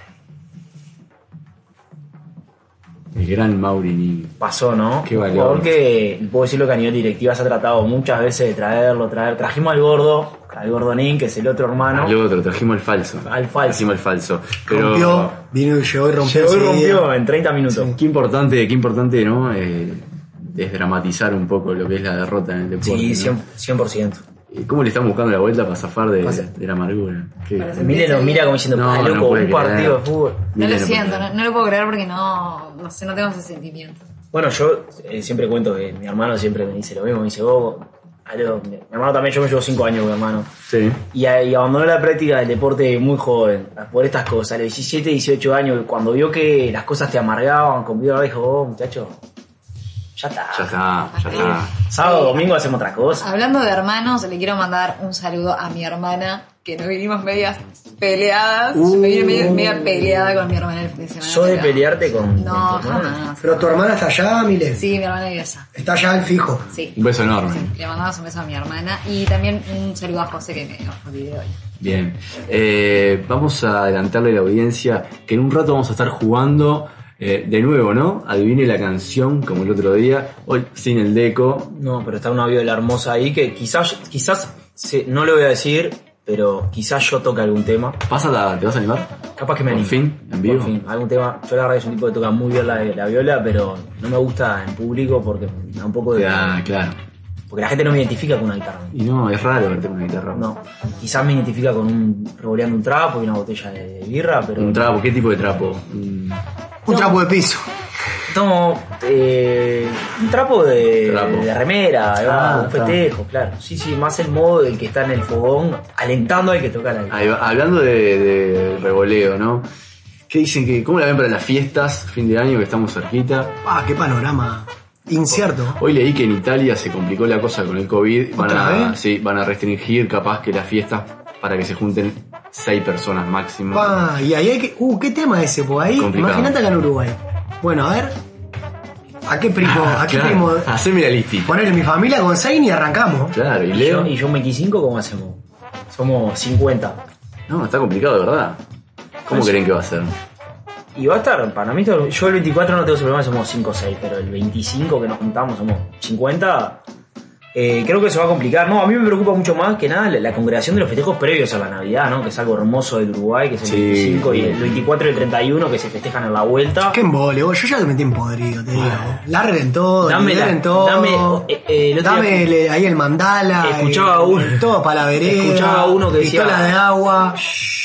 El gran Mauri Niño. Pasó, ¿no? Qué Un valor. jugador que, puedo decirlo que a nivel directiva se ha tratado muchas veces de traerlo, traer. Trajimos al gordo, al gordonín, que es el otro hermano. Al otro, trajimos el falso. Ah, Al falso. Trajimos el falso. Pero... Rompió, vino y llegó y rompió. Llegó y enseguida. rompió en 30 minutos. Qué importante, qué importante, ¿no? Eh, desdramatizar un poco lo que es la derrota en el deporte. Sí, ¿no? 100%. 100%. ¿Y ¿Cómo le están buscando la vuelta para zafar de, Pasa. de la amargura? ¿Qué? Para sentir- Miren, nos mira como diciendo, No, "Ah, no loco, puede creer". un partido de fútbol. No lo Miren, siento, porque- no, no lo puedo creer porque no, no sé, no tengo ese sentimiento. Bueno, yo eh, siempre cuento que mi hermano siempre me dice lo mismo, me dice, vos, a lo- mi hermano también, yo me llevo 5 años con mi hermano. Sí. Y, a- y abandonó la práctica del deporte muy joven, por estas cosas, a los 17, 18 años, cuando vio que las cosas te amargaban, conmigo dijo, oh, muchacho, ya está. Ya está, ya está. Sábado, domingo hacemos otra cosa. Hablando de hermanos, le quiero mandar un saludo a mi hermana, que nos vinimos medias peleadas. Yo me vine medio- Uh. media peleada con mi hermana el fin de semana. Yo de pero- pelearte con... No, con tu hermano. jamás. Pero tu hermana está allá, Miles. Sí, mi hermana vive allá. Está allá en fijo. Sí. Un beso enorme. Sí, Le mandamos un beso a mi hermana y también un saludo a José que me olvidé hoy. Bien. Eh, vamos a adelantarle a la audiencia que en un rato vamos a estar jugando eh, de nuevo, ¿no? Adivine la canción como el otro día, hoy sin el deco. No, pero está una viola hermosa ahí que quizás, quizás, se- no lo voy a decir, pero quizás yo toque algún tema. ¿Vas a la- ¿Te vas a animar? Capaz que me Por anime. fin, en vivo. Por fin, algún tema. Yo la verdad que soy un tipo que toca muy bien la, la viola, pero no me gusta en público porque me da un poco de. Ah, claro. Porque la gente no me identifica con una guitarra. Y no, es raro verte con una guitarra. No. Quizás me identifica con un revoleando un trapo y una botella de birra, pero. Un trapo, ¿qué tipo de trapo? Un Un No. trapo de piso. No, eh, un trapo de, Trapo. de remera, ahí va, Ah, un está. festejo, claro. Sí, sí, más el modo del que está en el fogón, alentando al que toca la guitarra. Ahí va. Hablando de, de revoleo, ¿no? ¿Qué dicen que, cómo la ven para las fiestas, fin de año que estamos cerquita? Ah, qué panorama incierto. Hoy leí que en Italia se complicó la cosa con el COVID, van ¿Otra a, vez? sí, van a restringir capaz que las fiestas para que se junten seis personas máximo. Pa, y ahí hay que. Uh, qué tema ese, por ahí. Complicado. Imagínate acá en Uruguay. Bueno, a ver. ¿A qué primo? ¿A qué Claro, primo? haceme la listita. Ponerle mi familia con Zayn y arrancamos. Claro, y Y yo, Leo. y yo me 25, ¿cómo hacemos? Somos 50. No, está complicado de verdad. ¿Cómo creen que va a ser? Y va a estar, para mí, esto- yo el 24 no tengo ese problema, somos 5 o 6, pero el 25 que nos juntamos somos 50. eh, creo que se va a complicar, ¿no? A mí me preocupa mucho más que nada la, la congregación de los festejos previos a la Navidad, ¿no? Que es algo hermoso del Uruguay, que es el Sí, 25 y sí. el 24 y el 31 que se festejan en la vuelta. Qué embole, vos. Yo ya me metí en podrido, te digo. Larguen todo, Dame la- liberen todo. dame, eh, eh, el otro Dame día- le- ahí el mandala. Escuchaba eh, uno- Todo para la vereda. escuchaba uno que decía- Pistola de agua.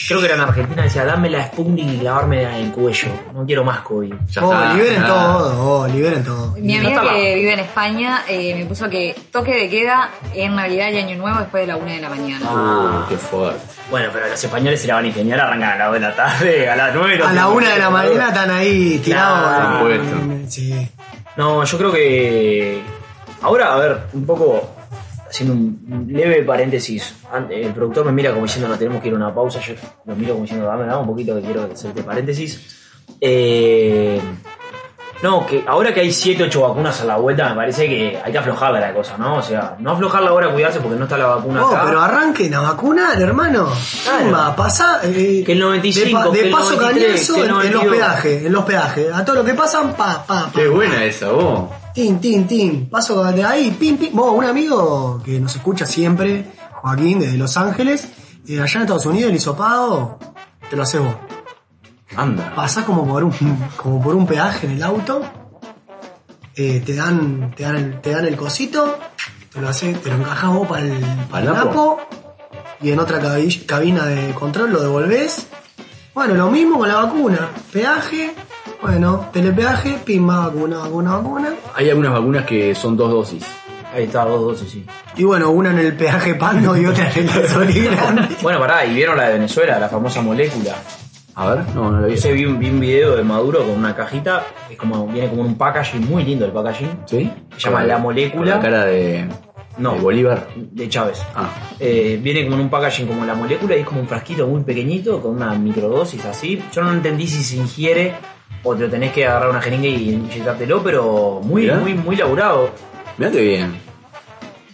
Creo que era en Argentina, decía, dame la Sputnik y clavármela en el cuello. No quiero más COVID. Ya Oh, está, liberen ya. todo, oh, liberen todo. Mi No amiga está mal. que vive en España eh, me puso que toque de queda en Navidad y Año Nuevo después de la una de la mañana. Ah. Uh, qué fuerte. Bueno, pero los españoles se la van a ingeniar, arrancan a las 2 de la tarde, a las 9. A la una de la mañana están ahí Claro, tirados. por supuesto. Sí. No, yo creo que. Ahora, a ver, un poco. Haciendo un leve paréntesis. An- El productor me mira como diciendo no tenemos que ir a una pausa. Yo lo miro como diciendo dame, dame un poquito que quiero hacer este paréntesis. Eh, no, que ahora que hay 7, 8 vacunas a la vuelta, me parece que hay que aflojarla la cosa, ¿no? O sea, no aflojarla ahora cuidarse porque no está la vacuna. Oh, acá. pero arranquen a vacunar, hermano. Claro. Calma, pasá. eh, Que el 95, de, pa- de que el paso 93, cañazo que en- el en los 92. peajes, en los peajes. A todo lo que pasan, pa, pa, pa. Qué buena esa, vos. Tin, tin, tin. Paso de ahí, pim, pim. Vos, un amigo que nos escucha siempre, Joaquín, desde Los Ángeles, eh, allá en Estados Unidos, el hisopado, te lo haces vos. Anda. Pasás como por un, como por un peaje en el auto, eh, te, dan, te, dan el, te dan el cosito, te lo, haces, te lo encajás vos para el, para el Pa'l napo. napo, y en otra cabi- cabina de control lo devolvés. Bueno, lo mismo con la vacuna. Peaje, bueno, telepeaje, pim, más vacuna, vacuna, vacuna. Hay algunas vacunas que son dos dosis. Ahí está, dos dosis, sí. Y bueno, una en el peaje Pando y otra en el gasolina. Bueno, pará, y vieron la de Venezuela, la famosa molécula. A ver, no, no la vi. Yo sé, vi un, vi un video de Maduro con una cajita, es como, viene como en un packaging, muy lindo el packaging, ¿Sí? Se llama Con- La Molécula. con La cara de, No. de Bolívar. de Chávez. Ah, Eh, viene como en un packaging como la molécula y es como un frasquito muy pequeñito con una microdosis así. Yo no entendí si se ingiere o te lo tenés que agarrar una jeringa y inyectártelo, pero muy, Mirá. muy, muy laburado. mirá qué bien.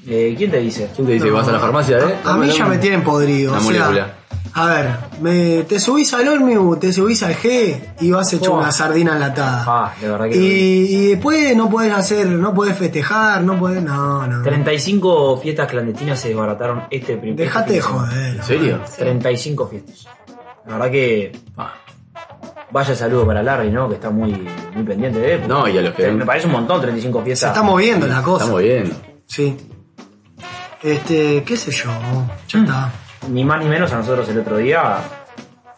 Eh, ¿Quién te dice? ¿Quién te dice que vas a la farmacia, eh? A mí ya me tienen podrido. La o sea, molécula. a ver, me- te subís al ómnibus, te subís al G y vas hecho Oh. una sardina enlatada. Ah, de verdad que... y, y después no podés hacer, no podés festejar, no podés. No, no. 35 fiestas clandestinas se desbarataron este primer. Dejate de este fin joder. ¿En serio? semana. 35 fiestas. La verdad que Ah, vaya saludo para Larry, ¿no? Que está muy, muy pendiente de él. No, y a los que Me ven. parece un montón 35 fiestas. Se está moviendo la cosa. Estamos bien. Sí. Este, qué sé yo. Hmm. Ya está. Ni más ni menos a nosotros el otro día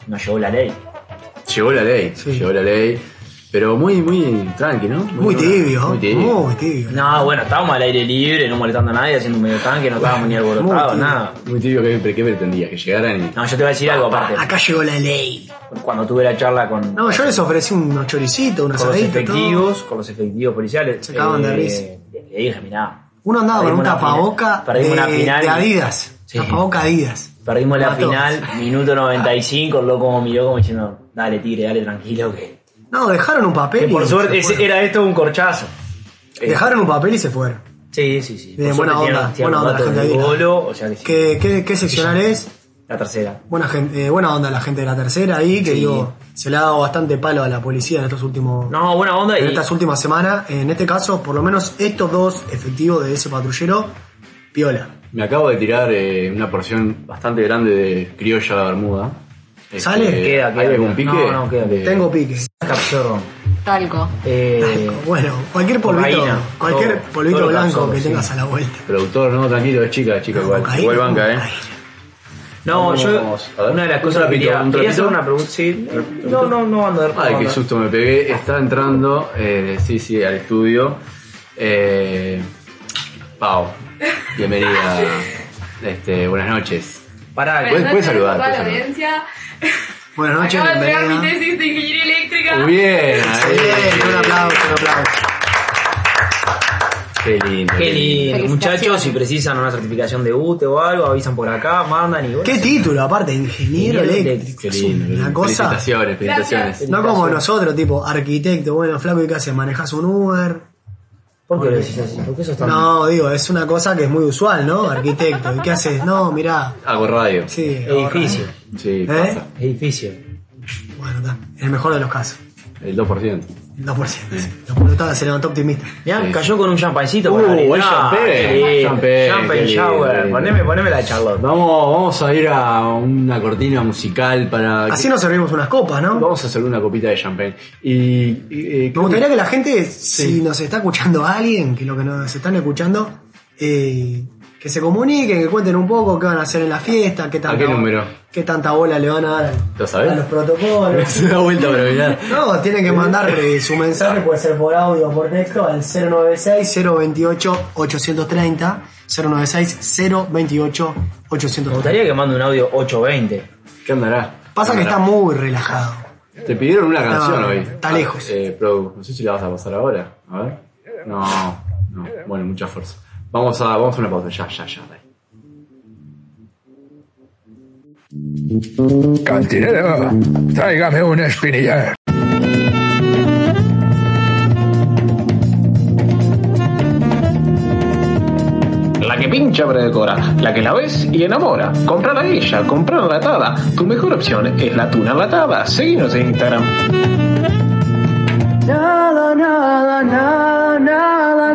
nos llegó la ley. Llegó la ley. Sí. Llegó la ley. Pero muy, muy tranqui, ¿no? Muy tibio, Muy tibio. muy tibio. Muy tibio. No, bueno, estábamos al aire libre, no molestando a nadie, haciendo un medio tanque, no estábamos ni alborotados, muy nada. Muy tibio, ¿qué, qué pretendía? Que llegaran y. No, yo te voy a decir algo aparte. Acá llegó la ley. Cuando tuve la charla con, No, yo les ofrecí unos choricitos, unos con los saladitos. todo. efectivos, con los efectivos policiales. eh, Se cagaban de risa. Le dije, mirá, Uno andaba con un Perdimos una tapaboca final- perdimos una de, final. de Adidas. Sí. Tapaboca Adidas. perdimos la Mató. final, minuto 95, el loco como miró como diciendo, dale tigre, dale tranquilo que... No, dejaron un papel. que y por se suerte, ese- fueron. era esto un corchazo. Eh, Dejaron un papel y se fueron. Sí, sí, sí. Bien, Por buena suerte onda, tiene- tiene buena un onda la dato gente de ahí. Golo, o sea que sí. ¿Qué, qué, qué seccional es? La tercera. Buena, gente, eh, buena onda la gente de la tercera ahí, que Sí. digo, se le ha dado bastante palo a la policía en estos últimos. No, buena onda En y... estas últimas semanas, en este caso, por lo menos estos dos efectivos de ese patrullero, piola. Me acabo de tirar eh, una porción bastante grande de criolla de Bermuda. Este, ¿Sale? Queda, queda. ¿Hay algún pique? No, no, queda. De- Tengo pique. Capturón. Talco. Eh, Bueno, cualquier polvito, cocaína, cualquier todo, polvito todo lo blanco absorbe, que sí. tengas a la vuelta. Productor, no, tranquilo, es chica, es chica, igual. Cocaína, Igual banca, eh. cocaína. No, Vamos, yo. vamos, a ver. Una de las Un cosas que trapito, quería, un quería hacer trapito. una pregunta. Sí, no, no, no, Ander. Ay, no, qué Ander. susto me pegué. Está entrando, eh, sí, sí, al estudio. Eh, Pau, bienvenida. Este, buenas noches. Pará, Puedes- puedes saludar, toda la puedes saludar. audiencia. Buenas noches, Acabo de entregar mi bienvenida. tesis de ingeniería eléctrica. Muy bien, ahí. Bien, un aplauso, un aplauso. Qué lindo. qué lindo. Felicitaciones. Muchachos, si precisan una certificación de UTE o algo, avisan por acá, mandan y bueno. Qué título, aparte, ingeniero Ingeniero eléctrico. Qué Es lindo, qué Una lindo. cosa. Felicitaciones, felicitaciones. No como nosotros, tipo arquitecto, bueno, flaco, ¿y qué haces? ¿Manejas un Uber? ¿Por qué lo decís así? ¿Por qué sos tan.? No, digo, es una cosa que es muy usual, ¿no? Arquitecto, ¿y qué haces? No, mirá, Hago radio. Sí, sí. ¿Eh? Es ahorra. difícil, pasa. es difícil. Bueno, está, en el mejor de los casos, El 2%. el 2%. sí. La polotada se levantó optimista. Mirá, Sí. cayó con un champancito. Uh, para abrir. buen Ah, champagne. qué lindo. Champagne, qué Champagne lindo, qué shower. lindo. Poneme, poneme la Charlotte. Vamos, vamos a ir a una cortina musical para. Así nos servimos unas copas, ¿no? Vamos a hacer una copita de champagne. Y. y, eh, Me gustaría que la gente, si nos está escuchando alguien, que lo que nos están escuchando, eh, que se comuniquen, que cuenten un poco qué van a hacer en la fiesta, qué tanta, qué número? qué tanta bola le van a dar al- ¿Lo sabés? a los protocolos. Se da vuelta para mirar. No, tienen que mandar eh, su mensaje, puede ser por audio o por texto, al 096-028-830. Me 096-028-830. gustaría que mande un audio 820. ¿Qué andará? Pasa que está muy relajado. Te pidieron una canción No, hoy. Ah, está lejos. Eh, Produ, no sé si la vas a pasar ahora. A ver. No, no. Bueno, mucha fuerza. Vamos a, vamos a una pausa. Ya, ya, ya. dale. Cantinero, tráigame una espinilla. La que pincha pero decora, la que la ves y enamora. Comprar a ella, comprar enlatada. Tu mejor opción es la tuna enlatada. Seguinos en Instagram. Nada, nada, nada, nada,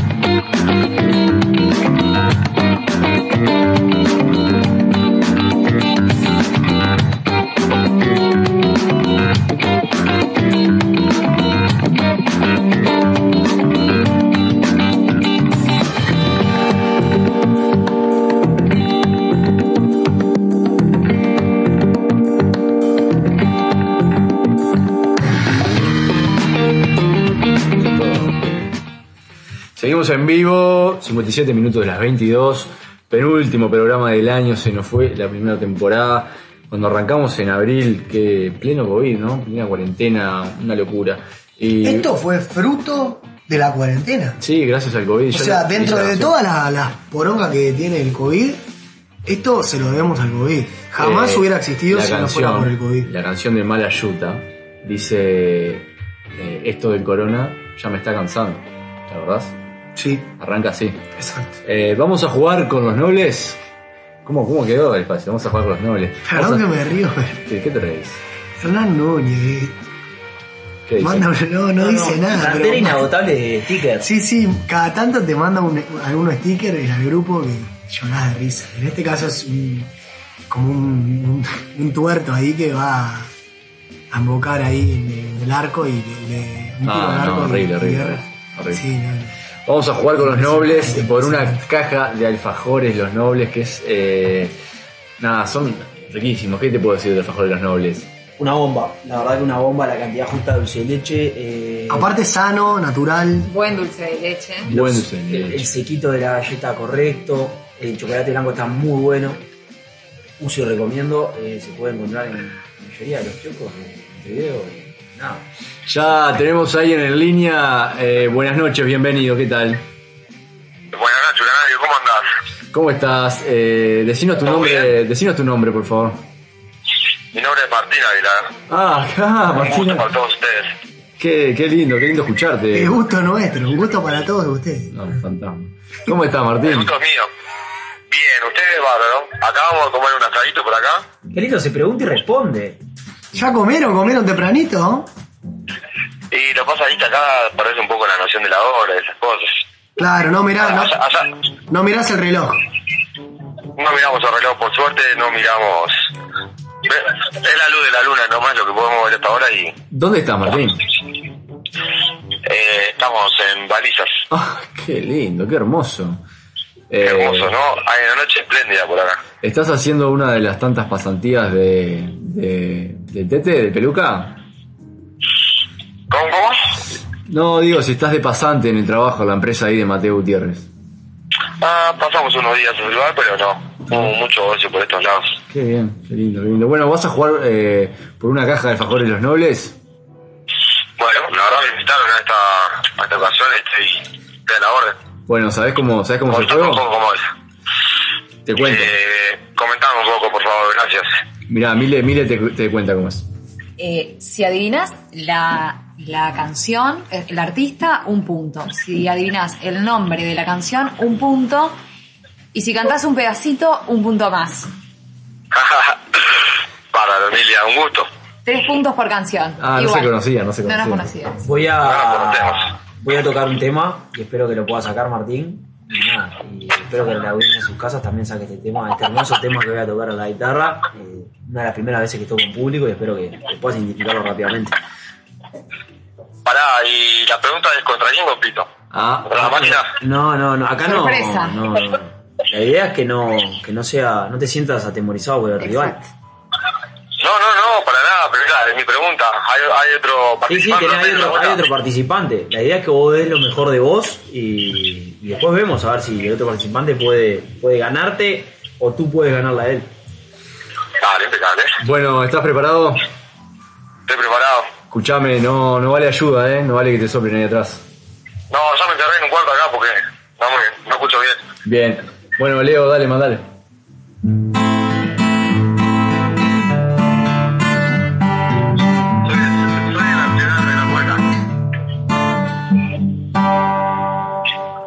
Seguimos en vivo, 57 minutos de las 22. Penúltimo programa del año, se nos fue la primera temporada. Cuando arrancamos en abril, que pleno COVID, ¿no? Plena cuarentena, una locura. Y, Esto fue fruto de la cuarentena. Sí, gracias al COVID. O sea, dentro de todas las las porongas que tiene el COVID, esto se lo debemos al COVID. Eh, Jamás hubiera existido si no fuera por el COVID. La canción de Mala Yuta dice: eh, Esto del corona ya me está cansando. ¿La verdad? Sí, Arranca así. exacto. Eh, Vamos a jugar con los nobles. ¿Cómo, ¿Cómo quedó el espacio? Vamos a jugar con los nobles. Perdón Vamos que a- me río, pero ¿De qué te reís? Hernán Núñez. ¿Qué dice? Manda, no, no, dice nada. Cartera pero- inagotable de stickers. Sí, sí, cada tanto te manda un, algunos stickers al grupo que llorás de risa. En este caso es un- como un, un- un tuerto ahí que va a embocar ahí en el, en el arco y le, le- un tiro No, al no, arco y- horrible, y horrible, le- horrible. Sí, no, no. Vamos a jugar con los nobles por una caja de alfajores, los nobles, que es. eh, nada, son riquísimos. ¿Qué te puedo decir de alfajores los nobles? Una bomba, la verdad que una bomba, la cantidad justa de dulce de leche. eh, Aparte sano, natural. Buen dulce de leche. Buen dulce de el, el leche. sequito de la galleta correcto, el chocolate blanco está muy bueno. Uso y recomiendo, eh, se puede encontrar en la mayoría de los kioscos de Montevideo. y Nada. Ya tenemos a alguien en línea. Eh, buenas noches, bienvenido, ¿qué tal? Buenas noches, Canario, ¿cómo andás? ¿Cómo estás? Eh, decinos tu Muy nombre, decinos tu nombre, por favor. Mi nombre es Martín Aguilar. Ah, ah, Un gusto Martina. para todos ustedes. Qué, qué lindo, qué lindo escucharte. Es gusto nuestro, un gusto para todos ustedes. No, fantasma. ¿Cómo estás, El Martín? gusto es mío. Bien, ustedes bárbaro. Acabamos de comer un asadito por acá. Qué lindo, se pregunta y responde. ¿Ya comieron? ¿Comieron tempranito? Y lo que pasa es que acá perdés un poco la noción de la hora, de esas cosas. Claro, no mirás, Allá- no, allá no mirás el reloj. no miramos el reloj, por suerte, no miramos. Es la luz de la luna nomás lo que podemos ver hasta ahora y ¿Dónde estás, Martín? eh, estamos en balizas. Ah, qué lindo, qué hermoso. Eh, Hermoso, ¿no? Hay una noche espléndida por acá. ¿Estás haciendo una de las tantas pasantías de, de, de Tete, de Peluca? ¿Cómo, cómo? No, digo, si estás de pasante en el trabajo, la empresa ahí de Mateo Gutiérrez. Ah, pasamos unos días en el lugar, pero no. Hubo mucho ocio por estos lados. Qué bien, qué lindo, qué lindo. Bueno, ¿vas a jugar eh, por una caja de alfajores los nobles? Bueno, la verdad me invitaron a esta, a esta ocasión este, estoy de la orden. Bueno, ¿sabés cómo, ¿sabés cómo es el Comentame un poco juego? cómo es. Te cuento. Eh, comentame un poco, por favor, gracias. Mirá, Mile, Mile te, te cuenta cómo es. Eh, si adivinas la, la canción, eh, el artista, un punto. Si adivinas el nombre de la canción, un punto. Y si cantás un pedacito, un punto más. Para Emilia, un gusto. Tres puntos por canción. Ah, no se conocía, no se No nos conocía. conocías. Voy Ahora a, conocemos. voy a tocar un tema y espero que lo pueda sacar Martín. Y nada, y espero que la audiencia en sus casas también saque este tema, este hermoso tema que voy a tocar a la guitarra. eh, una de las primeras veces que toco en público y espero que, que puedas identificarlo rápidamente. Pará, y la pregunta es contra quién compito. Ah, ¿Contra la máquina? No, no, no, acá no, Sorpresa. no, no. La idea es que no, que no sea, no te sientas atemorizado por el rival. Exacto. No, no, no, para nada, pero mira, es mi pregunta. ¿Hay, hay otro Sí, sí, participante? tenés, hay, ¿No otro, tenés hay pregunta? otro participante. La idea es que vos des lo mejor de vos y, y después vemos a ver si el otro participante puede, puede ganarte o tú puedes ganarla a él. Dale, impecable. Bueno, ¿estás preparado? Estoy preparado. Escuchame, no, no vale ayuda, ¿eh? No vale que te soplen ahí atrás. No, ya me encerré en un cuarto acá porque no, me, no escucho bien. Bien. Bueno, Leo, dale, mandale. Soy, soy de la ciudad de la buena.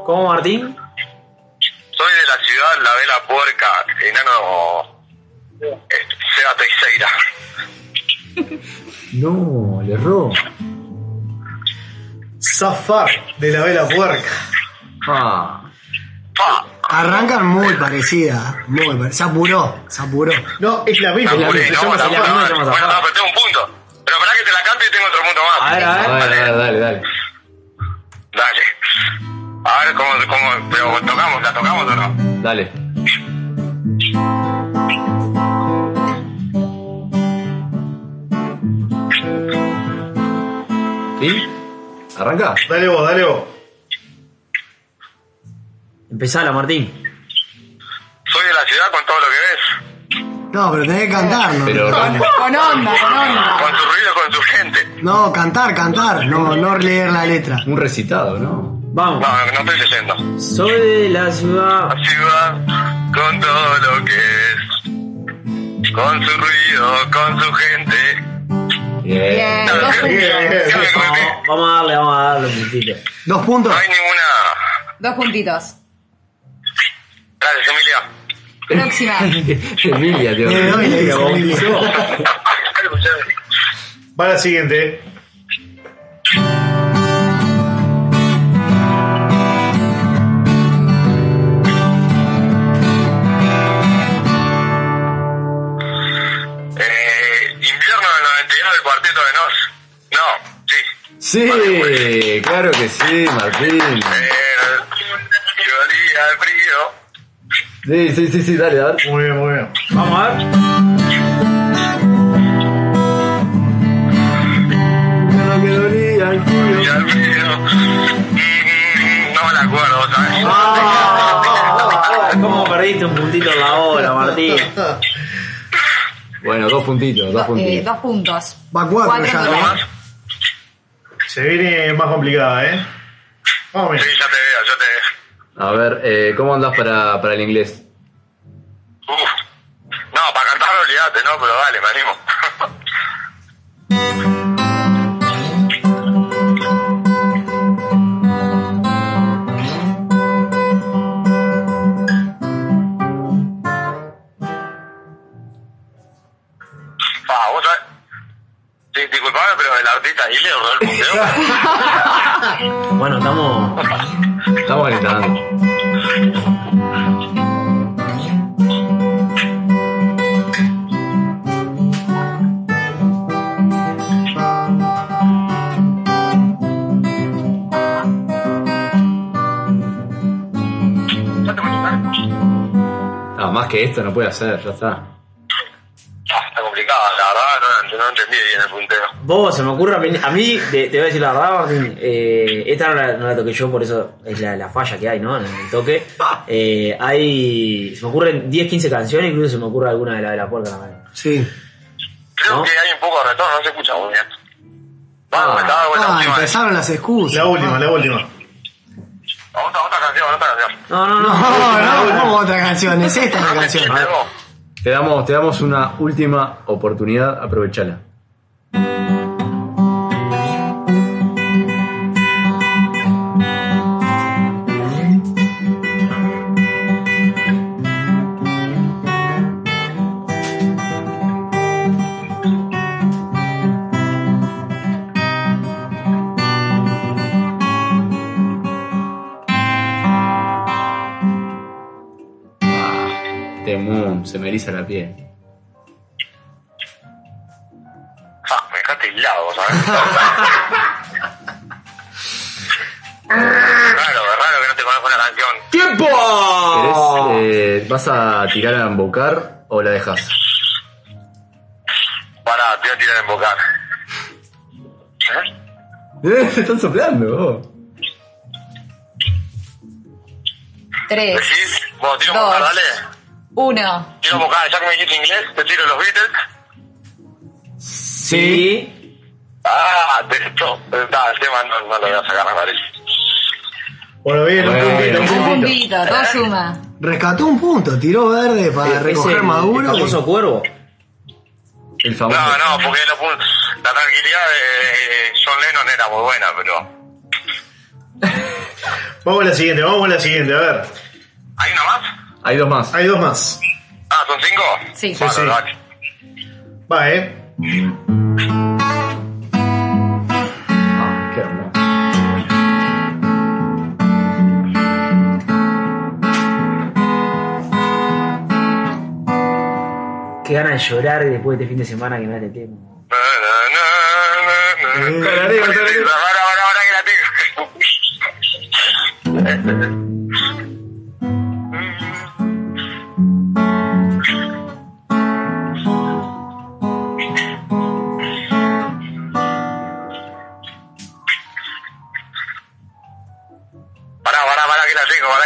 ¿Cómo, Martín? Soy de la ciudad La Vela Puerca, enano... este, Seba Teixeira. No, le erró. Zafar de la vela puerca. Ah, Pa, Arrancan muy parecida, muy parecida. Se apuró, se apuró. No, es la misma. no, misma, Juli, se no, llama- la puta es la misma, madre. se llama Bueno, Zafar. no, pero tengo un punto. Pero pará que te la cante y tengo otro punto más. A ver, a ver. dale, dale, dale, dale. Dale. A ver cómo, cómo, pero tocamos, la tocamos o no. Dale. ¿Sí? ¿Arranca? Dale vos, dale vos. Empezala, Martín. Soy de la ciudad con todo lo que ves, No, pero tenés que cantarlo. Pero arranca. Con onda, con onda. con su ruido, con su gente. No, cantar, cantar. No, no leer la letra. Un recitado, ¿no? Vamos. No, no estoy leyendo. Soy de la ciudad. La ciudad con todo lo que es, con su ruido, con su gente. Bien, No, dos creo que- puntitos. creo que Vamos, creo que vamos a darle, vamos a darle un puntito. Dos No puntos. hay ninguna. Dos puntitos. Gracias, Emilia. Próxima. Emilia, te Le doy, le dice Emilia. Va la siguiente. Eh, invierno del 92 del cuarteto de Nos. No, sí. Sí, claro que sí, Martín. Eh, Sí, sí, sí, sí, dale, a ver. Muy bien, muy bien. Vamos a ver. Pero que dolía el culo. Ya, pero, mm, No me la acuerdo, ¿sabes? Ah, ¿Cómo perdiste un puntito en la hora, Martín? Bueno, dos puntitos, dos Do- eh, puntitos. dos puntos. Va cuatro ya, en ¿no? total. Se viene más complicada, ¿eh? Vamos bien. Sí, ya te veo, ya te veo. A ver, eh, ¿cómo andás para, para el inglés? Uf. No, para cantar olvídate, ¿no? Pero dale, me animo. Ah, vos sabés. Sí, disculpame, pero el artista ahí le erró el museo. Bueno, estamos. Estamos gritando. Ya te voy a tocar. Eh, No, Ah, más que esto no puede hacer, ya está. Ah, está complicado, la verdad, no, no entendí bien el punteo. Vos, se me ocurre. a mí- A mí, te, te voy a decir la verdad, Martín. eh, esta no la, no la toqué yo, por eso es la, la falla que hay, ¿no? En el toque. Eh, hay. Se me ocurren 10, 15 canciones, incluso se me ocurre alguna de la de la puerta también. Sí. Creo ¿No? que hay un poco de retorno, no se escucha muy bien. Ah. Vamos, está de vuelta, Ah, última vez. empezaron las excusas. La última, la última. Otra, otra canción, otra canción. No, no, No, no. no, no, otra canción. Es esta la canción. Siete, vos. Te damos, te damos una última oportunidad, aprovechala. Ah, Temón, se me eriza la piel. Ah, me dejaste hilado, ¿sabes? raro, es raro que no te conozco una canción. ¡Tiempo! eh, ¿Vas a tirar a embocar o la dejas? Pará, te voy a tirar en boca. ¿Eh? Eh, te están soplando. vos. Tres, ¿Decís? Bueno, tiro en Dos. boca, dale. uno. Tiro en boca, ya que me dijiste inglés, te tiro los Beatles. Sí. Ah, de esto. Está, el tema no, no lo voy a sacar, me parece. Bueno, bien, un Bueno. puntito, Un un puntito. puntito, todo suma. Rescató un punto, tiró verde para Es recoger el- maduro. El famoso cuervo. El famoso. No, no, porque lo pu- la tranquilidad de John Lennon era muy buena, pero. Vamos a la siguiente, vamos a la siguiente, a ver. ¿Hay una más? Hay dos más. Hay dos más. Ah, ¿son cinco? Sí. Bueno, Sí, sí. dale. Va, eh. Ah, qué hermoso. Qué ganas de llorar después de este fin de semana que me da este tema. Ahora, ahora, ahora que la tengo. Pará, pará, pará que la tengo, pará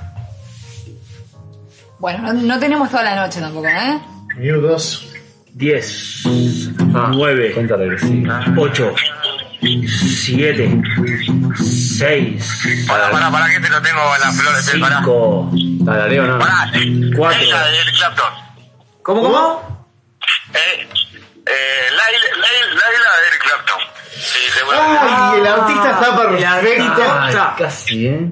que la tengo, amigos. Bueno, no, no tenemos toda la noche tampoco, ¿eh? Minuto dos. 10, Ah, 9, Cuenta regresiva. 8, 7, 6, Pará, pará, pará que te lo tengo en las flores, te pará. 5. Tarareo, no. Pará, Cuatro. esa de Eric Clapton. ¿Cómo, cómo? Eh, eh, Laila, Laila, Laila de Eric Clapton. Sí, seguramente. Ay, el artista está Ah, perfecto, está. Casi, ¿eh?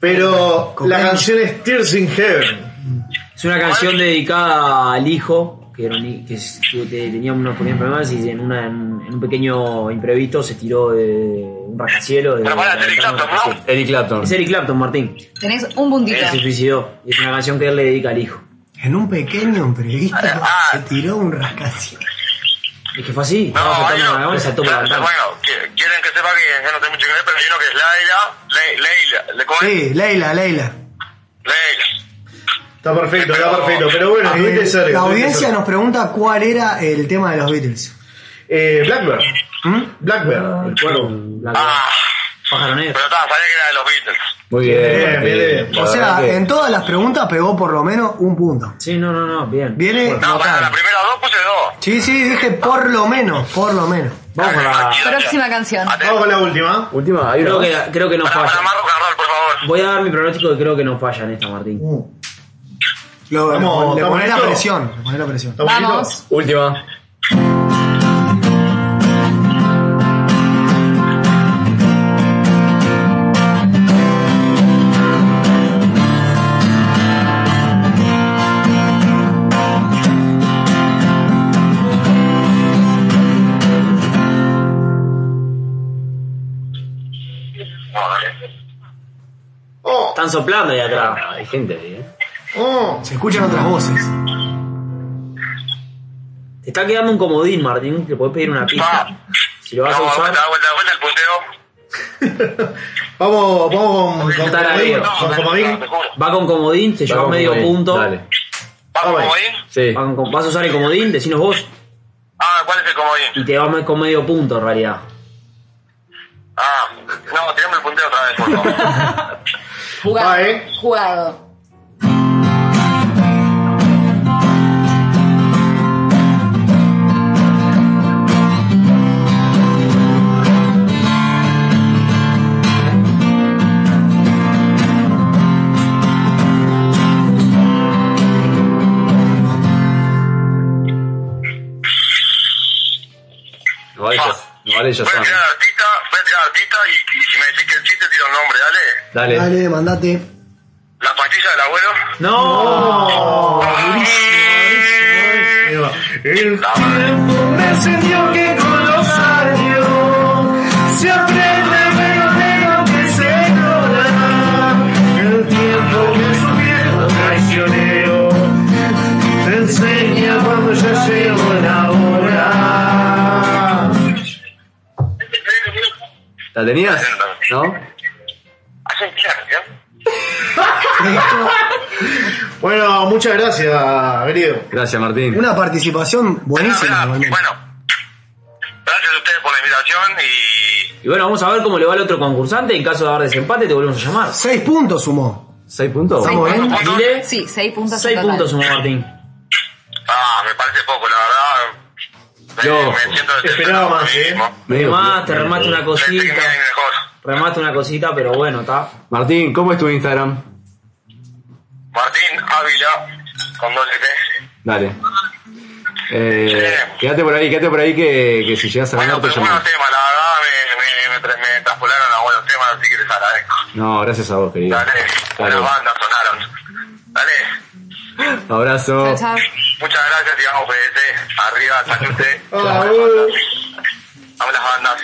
pero la Cocaine. canción es Tears in Heaven. Es una canción dedicada al hijo que, era un hi- que es- que te- tenía unos pequeños problemas y en, una- en- en un pequeño imprevisto se tiró de un rascacielos. de- Pero pará, es Eric Clapton, ¿no? Sí. Eric Clapton. Es Eric Clapton, Martín. Tenés un puntito. Se suicidó. Y es una canción que él le dedica al hijo. En un pequeño imprevisto Ah. se tiró un rascacielos. Es que fue así. No, Estaba hay saltando un uno- dragón y saltó por la ventana. Bueno, qui- quieren que sepa que yo no tengo mucho que ver, pero hay uno que es Laila. Le- Leila. ¿Le cómo es? Sí, Leila, Leila. Leila. Está perfecto, está perfecto. Pero bueno, Eh, estuviste cerca. la estuviste audiencia cerca. nos pregunta cuál era el tema de los Beatles. Eh, Blackbird. ¿Mm? Blackbird. El cuervo. La- Ah, Pájaro negro. pero estaba, sabía que era de los Beatles. Muy bien. Bien, bien, bien. La O sea, verdad que- en todas las preguntas pegó por lo menos un punto. Sí, no, no, no, bien. Viene No, para notable. la primera dos puse dos. Sí, sí, dije por lo menos, por lo menos. Vamos con la Próxima canción. Vamos con la última. Última, hay Creo una. que, creo que no Para, falla. para más rock and roll, por favor. Voy a dar mi pronóstico que creo que no falla en esta, Martín. Lo, Estamos- le estamos poné la listos. presión, le poné la presión. ¿Estamos Vamos. listos? Última. Oh, Están soplando ahí atrás. Hay gente ahí, ¿eh? oh. Se escuchan otras voces. Te está quedando un comodín, Martín, que podés pedir una Ah. pista. Si lo vas a Vamos, usar, vuelta, vuelta, vuelta el punteo. Vamos, vamos con, con Está la comodín. vida. Con comodín. te juro. va con comodín, te Va llevas con medio comodín, punto. Dale. ¿Vamos Vamos ahí. comodín? Sí. Va con- vas a usar el comodín, decinos vos, Ah, ¿cuál es el comodín? y te vas con medio punto en realidad. Ah, no, tirame el punteo otra vez, por favor. Jugado. Va, eh. Jugado. No vale, ya, no vale, ya Voy a saben. tirar al artista, voy a tirar al artista y, y si me decís que el chiste, tiro el nombre, dale. Dale. Dale, mandate. La pastilla del abuelo. ¡No! Oh, buenísimo, buenísimo. El La madre. Me enseñó que con los años se aprende menos de lo que se ignora. El tiempo que es un viejo traicionero te enseña cuando ya llegó la hora. ¿La tenías? ¿No? ¿Hacen qué, canción? Bueno, muchas gracias, querido. Gracias, Martín. Una participación buenísima. Bueno, igualmente. Bueno, gracias a ustedes por la invitación y Y bueno, vamos a ver cómo le va al otro concursante. En caso de haber desempate, te volvemos a llamar. Seis puntos sumó. ¿Seis puntos? Estamos bien. ¿eh? Dile, Sí, seis puntos. en seis total. puntos sumó Martín. ah, me parece poco, la verdad. Yo, Me, me siento esperaba decepcionado por más, ¿eh? mí mismo. Medio Remaste, punto. remaste una Pensé que me iba a ir cosita. mejor. Remaste una cosita, pero bueno, está. Martín, ¿cómo es tu Instagram? Martín Ávila, con dos T. Dale. Eh, Sí. quédate por ahí, quédate por ahí que, que si llegas a ganar Bueno, te pero buenos llamamos. temas, la verdad, me, me, me, tra- me traspolaron a buenos temas, así que les agradezco. No, gracias a vos, querido. Dale, Dale. buenas bandas sonaron. Dale, Abrazo. Chao, chao. muchas gracias y vamos PDC. Arriba, salute. Ah, Vamos las bandas.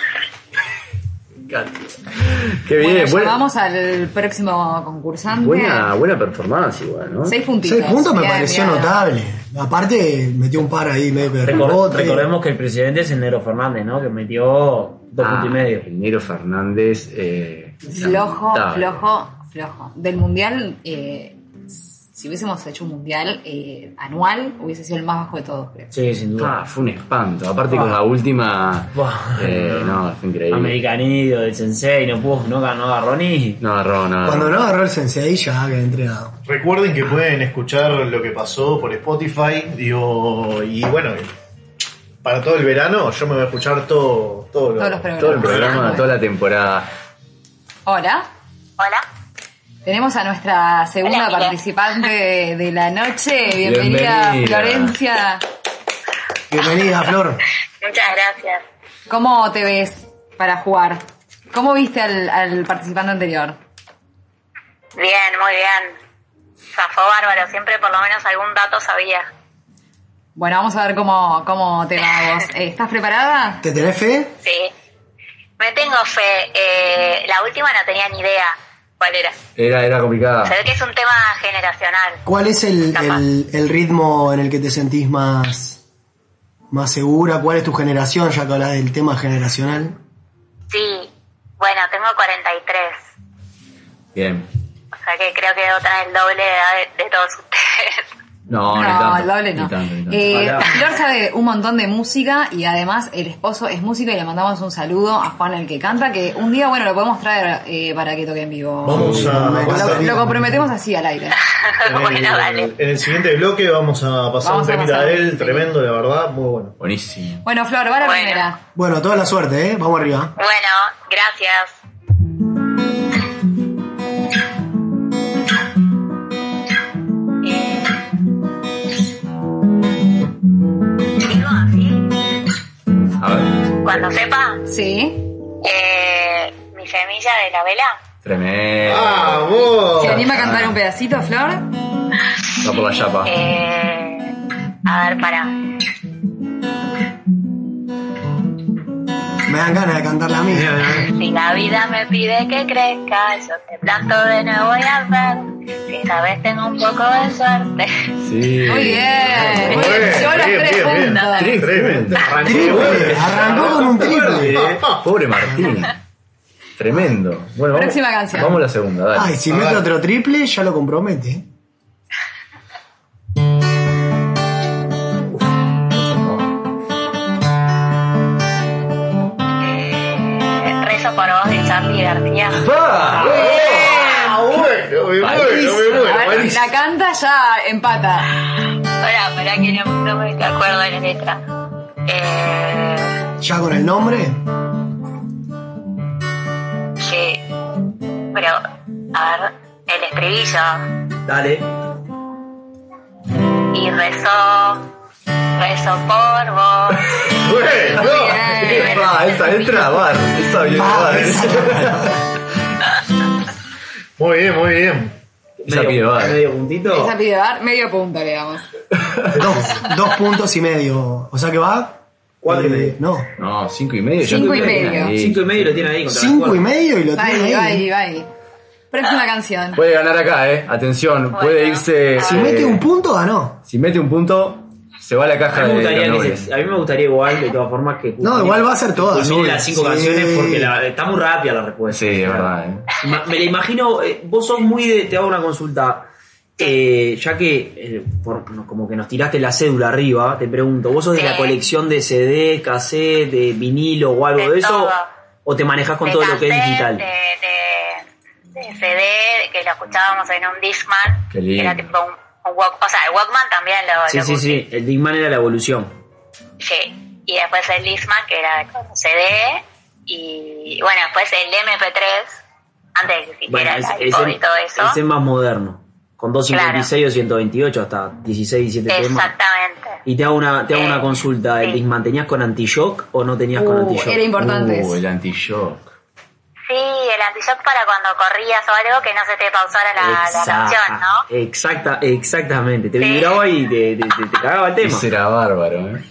Qué bien, Bueno, buena, Vamos al próximo concursante. buena, buena performance igual, ¿no? Seis puntitos. Seis puntos me Bien, pareció bien. notable. Aparte, metió un par ahí medio que Record- rebote. recordemos que el presidente es el Nero Fernández, ¿no? Que metió dos Ah, puntos y medio. Nero Fernández. Eh, Flojo, lamentable. flojo, flojo. Del mundial, eh, si hubiésemos hecho un mundial eh, anual, hubiese sido el más bajo de todos, creo. Sí, sin duda. Ah, fue un espanto. Aparte con la última. Ah. Buah. eh, no, fue increíble. Americanido, del sensei, no pudo, no ganó, agarró ni. No agarró nada. Cuando no agarró el sensei ya quedé entregado. Recuerden que pueden escuchar lo que pasó por Spotify. Digo, y bueno, para todo el verano yo me voy a escuchar todo, todo lo- Todos los programas. Todo el programa, toda la temporada. Hola. Hola. Tenemos a nuestra segunda Hola, amiga. participante de, de la noche. Bienvenida, Bienvenida. Florencia. Bienvenida, Flor. Muchas gracias. ¿Cómo te ves para jugar? ¿Cómo viste al, al participante anterior? Bien, muy bien. Zafó bárbaro, siempre por lo menos algún dato sabía. Bueno, vamos a ver cómo, cómo te va a vos. Eh, ¿Estás preparada? ¿Te tenés fe? Sí. Me tengo fe. Eh, la última no tenía ni idea cuál era. Era, era Ah. complicada. Se ve que es un tema generacional. ¿Cuál es el, Capaz. el- el ritmo en el que te sentís más, más segura? ¿Cuál es tu generación? Ya que hablas del tema generacional. Sí, bueno, tengo 43, Bien. o sea que creo que otra es el doble de edad de, de todos ustedes. No, ni No, tanto, el doble ni no. tanto, ni tanto. Eh, Hola. Flor sabe un montón de música y además el esposo es músico y le mandamos un saludo a Juan el que canta, que un día, bueno, lo podemos traer eh, para que toque en vivo. Vamos a- Lo, lo comprometemos así al aire. En el, en el siguiente bloque vamos a pasar Vamos un a temita pasar. de él, tremendo, la verdad, muy bueno. Buenísimo. Bueno, Flor, va la primera. Bueno, toda la suerte, ¿eh? Vamos arriba. Bueno, gracias. A ver, Cuando sepa. Sí. Eh, mi semilla de la vela. tremendo. ¿Se anima a cantar un pedacito, Flor? Va por la chapa. Eh, a ver, para. Me dan ganas de cantarla a mí. Si la vida me pide que crezca, yo te planto de nuevo y a ver. Si esta vez tengo un poco de suerte. Sí. Muy bien. Muy bien, Yo los bien, tres bien, bien. puntos. Tremendo. Triple, arrancó con un triple. Eh, Pobre Martín. Tremendo. Bueno, vamos, Próxima canción. Vamos a la segunda, dale. Ay, si A mete ver. otro triple, ya lo compromete. ¿eh? Eh, rezo por vos de Charlie García. ¡Pa! Bueno, me muero, me A ver, muero. si la canta ya empata. Ahora, espera que no, no me acuerdo de la letra. Eh, Ya con el nombre. sí. Pero, a ver, el estribillo. Dale. y rezó, rezó por vos. Bueno, Bien. Va, esa letra, va, esa bien, va. Muy bien, muy bien. Esa Medio- pibe va. Medio puntito. Esa pide dar medio punto, le damos. Dos, dos puntos y medio. O sea que va. eh, Cuatro y medio. No. No, cinco y medio. yo Cinco creo y que medio. ahí. Cinco y medio lo tiene ahí contra las Cinco cuatro. y medio y lo Va tiene ahí, va ahí. ahí, va ahí. Próxima canción. Puede ganar acá, eh. Atención, Bueno. Ah. puede irse. Si eh, mete un punto, ganó. si mete un punto, se va a la A caja mí, me de gustaría que honores. se- a mí me gustaría igual, de todas formas, que. No, igual va a ser todas, culmine obvio. las cinco Sí. canciones porque la- está muy rápida la respuesta. Sí, es verdad, eh. Ma- Me la imagino, eh, vos sos muy de. Te hago una consulta. Eh, ya que eh, por- no, como que nos tiraste la cédula arriba, te pregunto, ¿vos sos de la Sí. colección de CD, cassette, de vinilo o algo de, De eso? todo. ¿O te manejas con de todo lo que es cassette, digital? De, de- de CD, que lo escuchábamos en un Discman. Qué lindo. Era tipo un, un walk- o sea, el Walkman también lo. Sí, lo sí, sí, el Digman era la evolución. Sí. Y después el Discman, que era con CD. Y bueno, después el MP3, antes de que Bueno, existiera ese- el iPod ese- y todo eso. ese es más moderno, con 256 o 128 hasta 16, 17 temas. Exactamente. Y te hago una, te hago una Eh, consulta, ¿el sí. Discman tenías con anti-shock o no tenías con Uh, anti-shock? era importante eso. Uh, el anti-shock. Sí, el anti-shock para cuando corrías o algo que no se te pausara la, la Exacta- canción, ¿no? Exacta, exactamente, te Sí. vibraba y te, te- te- te cagaba el tema. Ese era bárbaro, eh.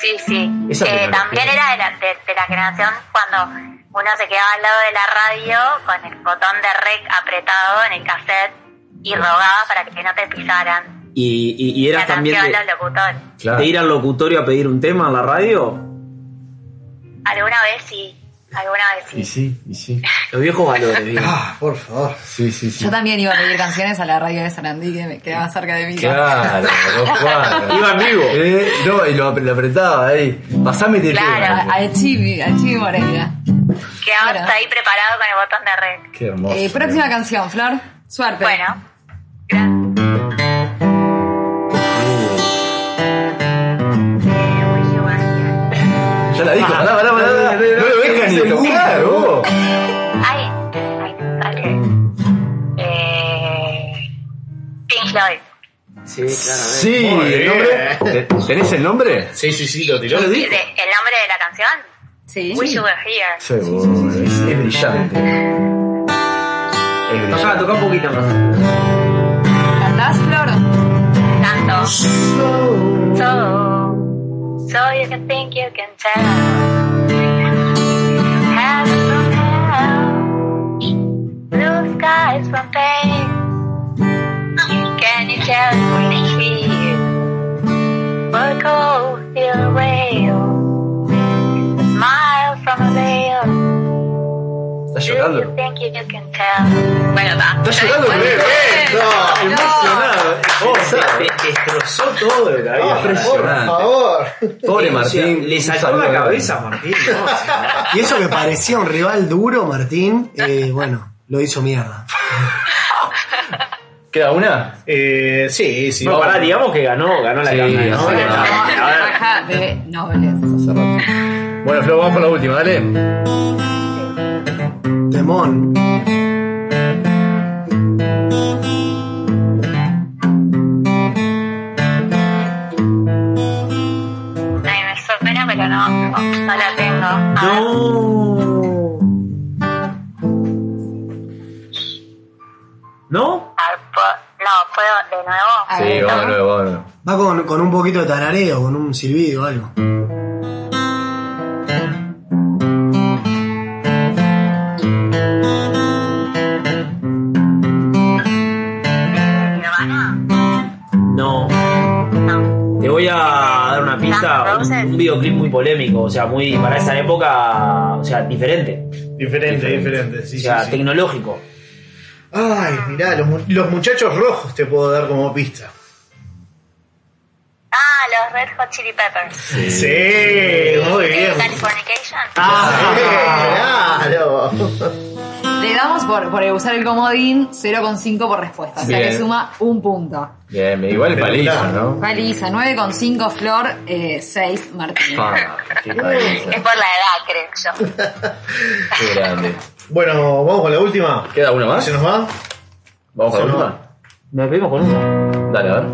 Sí, sí. Esa Eh, tecnología. también era de la, de- de la generación cuando uno se quedaba al lado de la radio con el botón de rec apretado en el cassette y rogaba para que no te pisaran. Y, y, y la eras también canción, de, los locutores. Claro. de ir al locutorio a pedir un tema en la radio. Alguna vez sí, alguna vez Y sí. sí, y sí. Los viejos valores, viejo. Ah, por favor. Sí, sí, sí. Yo también iba a pedir canciones a la radio de Sarandí que me quedaba cerca de mí. Claro, dos cuadras. Iba en vivo. Eh, no, y lo, lo apretaba ahí. Pasame de Claro. A, a Chibi, a Chibi Moreira. Quedabas Claro. ahí preparado con el botón de rec. Qué hermoso. Eh, próxima canción, Flor. Suerte. Bueno, gracias. Eh, Wish You Were Here. Ya la dijo, pará, pará, pará, pará. No lo dejan ni tocar, vos. Ay, ay, no sale. Eh, Pink Floyd. Sí, claramente. Sí, Muy el nombre. ¿Te- ¿Tenés el nombre? Sí, sí, sí, lo tiró. De- ¿El nombre de la canción? Sí. Wish You Were Here. Sí, vos. Es es brillante. Es Tocá, brillante. tocá un poquito más. ¿Cantás, Flor? Tanto. So, so you can think you can tell. Heaven from hell. Blue skies from pain. Can you tell from the heat? We're cold feel the rail. Miles from a veil. ¿Estás llorando? Think you can tell. Bueno, va. ¿Estás llorando? Bueno, bebé? bueno. Emocionado. Te, te destrozó todo el cabello. Ah, impresionante. ¿eh? Por favor. Pobre Martín. Le Un sacó saludo a la cabeza a Martín. no, o sea, Y eso que parecía un rival duro, Martín, eh, bueno, lo hizo mierda. ¿Queda una? Eh, sí, sí. no, pará, digamos que ganó, ganó la Sí, cámara. ¿no? sí, Ganó. ganó. A ver, Baja de nobles. Bueno, Flo, vamos con la última, dale. Temón. Ay, me suena, pero no, no, no la tengo. A ver. No. ¿No? A ver, po- no, puedo de nuevo. A Sí, ver, vamos de ¿no? nuevo, vamos de nuevo. Va con, con un poquito de tarareo, con un silbido o algo. Nirvana. No. No. Te voy a dar una pista. Guns N' Roses. Un, un videoclip muy polémico, o sea, muy para esa época, o sea, diferente. Diferente, diferente. Sí, o sea, sí, sí. tecnológico. Ay, mirá, los, mu- los muchachos rojos te puedo dar como pista. Ah, los Red Hot Chili Peppers. Sí, muy bien. Californication. Ah, sí, claro. Le damos por, por usar el comodín 0,5 por respuesta. O sea Bien. que suma un punto. Bien, igual el paliza, ¿no? Paliza, 9,5 Flor, eh, 6 Martín. Ah, qué paliza. Es por la edad, creo yo. Qué grande. Bueno, vamos con la última. ¿Queda una más? ¿Se nos va? ¿Vamos con se la nos última? Nos despedimos con uno. Dale, a ver.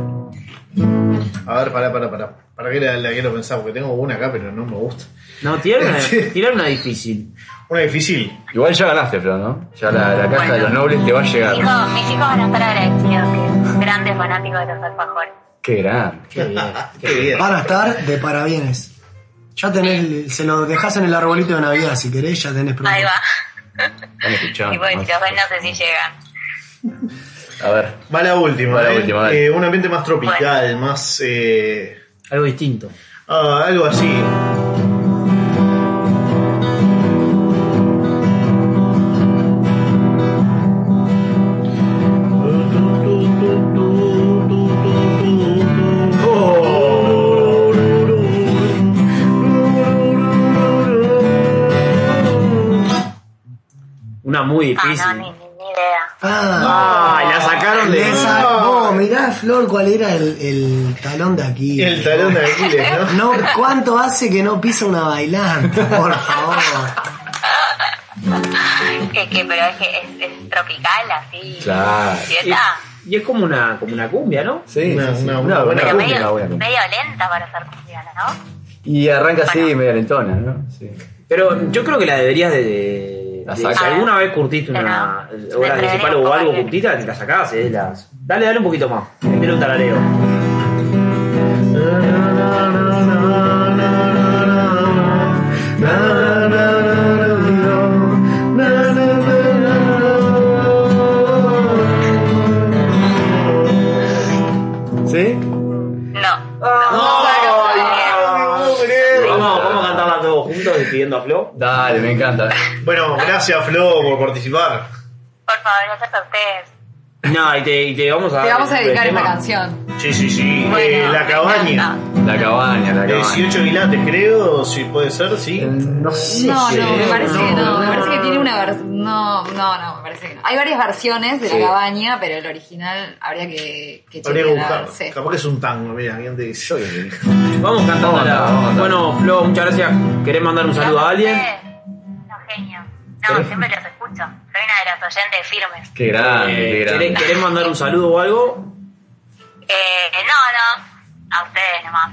A ver, pará, pará, pará. ¿Para qué la, la quiero pensar? Porque tengo una acá, pero no me gusta. No, tirar una, tirar una difícil. Una difícil. Igual ya ganaste, Flo, ¿no? Ya la, la caja de los nobles te va a Mis llegar. hijos, mis hijos van a estar agradecidos que son grandes fanáticos de los alfajores. Qué grande. Qué bien. Qué bien. Van a estar de parabienes. Ya tenés, el- se lo dejás en el arbolito de Navidad si querés, ya tenés pronto. Ahí va. Están escuchando. Y bueno, ¿no? chicos, hoy no sé si llegan. A ver. Va la última. Va la ¿eh? última, dale. Eh, un ambiente más tropical, más. eh, Algo distinto. ah, algo así. Una muy Ah, difícil. no, ni, ni- ni idea. Ah, la sacaron le de- sacó. Mirá, Flor, cuál era el, el talón de aquí. El talón de Aquiles, ¿no? No, ¿cuánto hace que no pisa una bailante? Por favor. Es que, pero es que es, es tropical, así. Claro. ¿Fiesta? Y es como una, como una cumbia, ¿no? Sí, Una- sí, sí. una- Una una Ah, buena Pero cumbia, medio, una buena cumbia. medio lenta para ser cumbiana, ¿no? Y arranca así, Bueno. media lentona, ¿no? Sí. Pero yo creo que la deberías de. de- La de- saca. si alguna vez curtiste una Pero no. obra Me principal entregaría o un algo poco curtita, te la sacás, eh, las- Dale, dale un poquito más. Métele un tarareo. ¿Sí? No. ¡Ah! Vamos, vamos a cantarla todos juntos despidiendo a Flo. Dale, me encanta. Bueno, gracias Flo por participar. Por favor, gracias a ustedes. No, y te, y te vamos a. Te dar vamos a el dedicar tema. esta canción. Sí, sí, sí. Bueno, Eh, la me cabaña. encanta. La cabaña, la De cabaña. 18 quilates, creo, si puede ser, sí. Eh, No sé. No, si- no, me parece que no. Me no. parece que tiene una versión. No, no, no, me parece que no. Hay varias versiones de Sí. la cabaña, pero el original habría que, que Habría que chequear, buscar. sí. Capaz que es un tango, mira, bien te dice. Vamos cantándola. Vamos a cantar. Bueno, Flo, muchas gracias. ¿Querés mandar un saludo a alguien? No, genio. No, siempre los escucho. Soy una de las oyentes firmes. Qué grande, qué Eh, ¿querés, grande. querés mandar un saludo o algo? Eh, no, no. A ustedes nomás.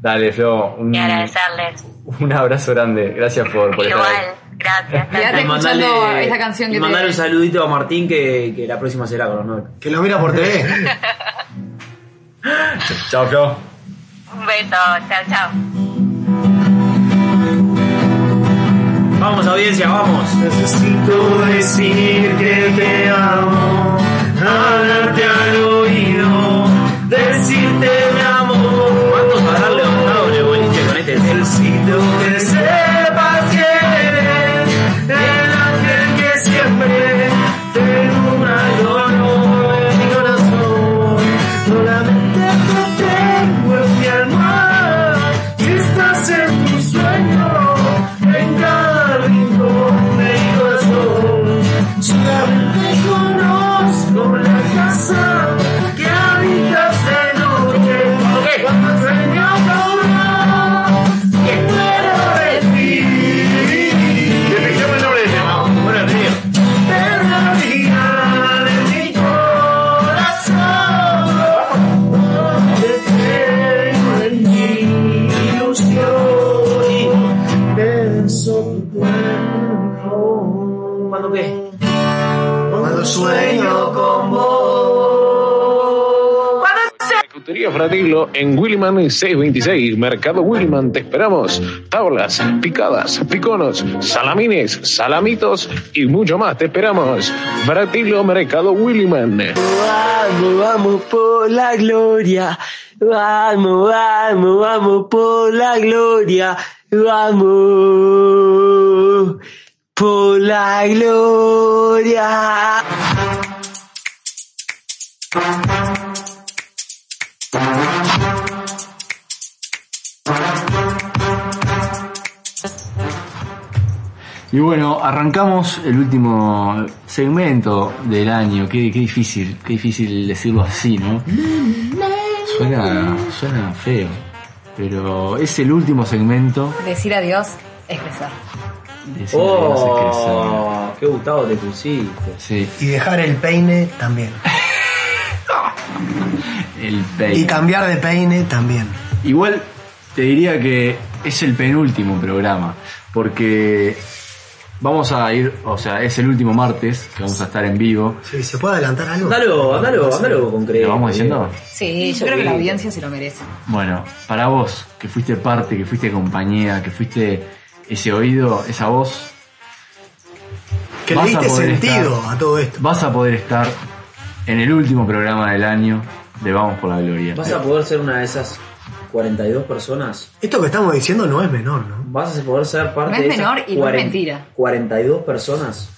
Dale, Flo. Un, Y agradecerles. un abrazo grande. Gracias por, por estar ahí. Igual, gracias. Quédate Y mandale- escuchando esta canción y que te- mandale un saludito a Martín que, que la próxima será con los nueve. Que lo mira por TV. Chao, Flo. Un beso. Chao, chao. Vamos, audiencia, vamos. Necesito decir que te amo, hablarte al oído, decirte mi amor. ¿Cuántos habrán levantado en este, pido que sepas que eres el ángel que siempre te iluminó en mi corazón. Solamente te tengo en mi alma, si estás en tu sueño, en cada rincón de mi corazón. Solamente conozco la casa que habitas de noche. Cuando el sueño cobra, que quiero de ti. Repitió el nombre del tema. Buenos días. Melodía de mi corazón, te tengo en mi ilusión y denso tu cuerpo. ¿Cuándo qué? Cuando sueño con vos. Frutería Fratilo en Williman 626, Mercado Williman, te esperamos. Tablas, picadas, piconos, salamines, salamitos y mucho más, te esperamos. Fratilo Mercado Williman. Vamos, vamos por la gloria. Vamos, vamos, vamos por la gloria. Vamos por la gloria. Y bueno, arrancamos el último segmento del año. Qué, qué difícil, qué difícil decirlo así, ¿no? Suena, suena feo, pero es el último segmento. Decir adiós es crecer. de Sin Dios es Crecer. ¡Oh! ¡Qué gustado te pusiste! Sí, Y dejar el peine también. el Y peine. cambiar de peine también. Igual te diría que es el penúltimo programa, porque vamos a ir, o sea, es el último martes que vamos a estar en vivo. Sí, ¿se puede adelantar algo? Andalo, andalo, andalo eh. concreto. ¿Lo vamos diciendo? Sí, yo creo que la audiencia se lo merece. Bueno, para vos, que fuiste parte, que fuiste compañía, que fuiste ese oído, esa voz, Que le Vas a diste poder sentido estar. a todo esto. vas a poder estar en el último programa del año de Vamos por la Gloria. Vas a poder ser una de esas 42 personas. Esto que estamos diciendo no es menor, ¿no? Vas a poder ser parte No es de esas menor y no es mentira. 42 personas.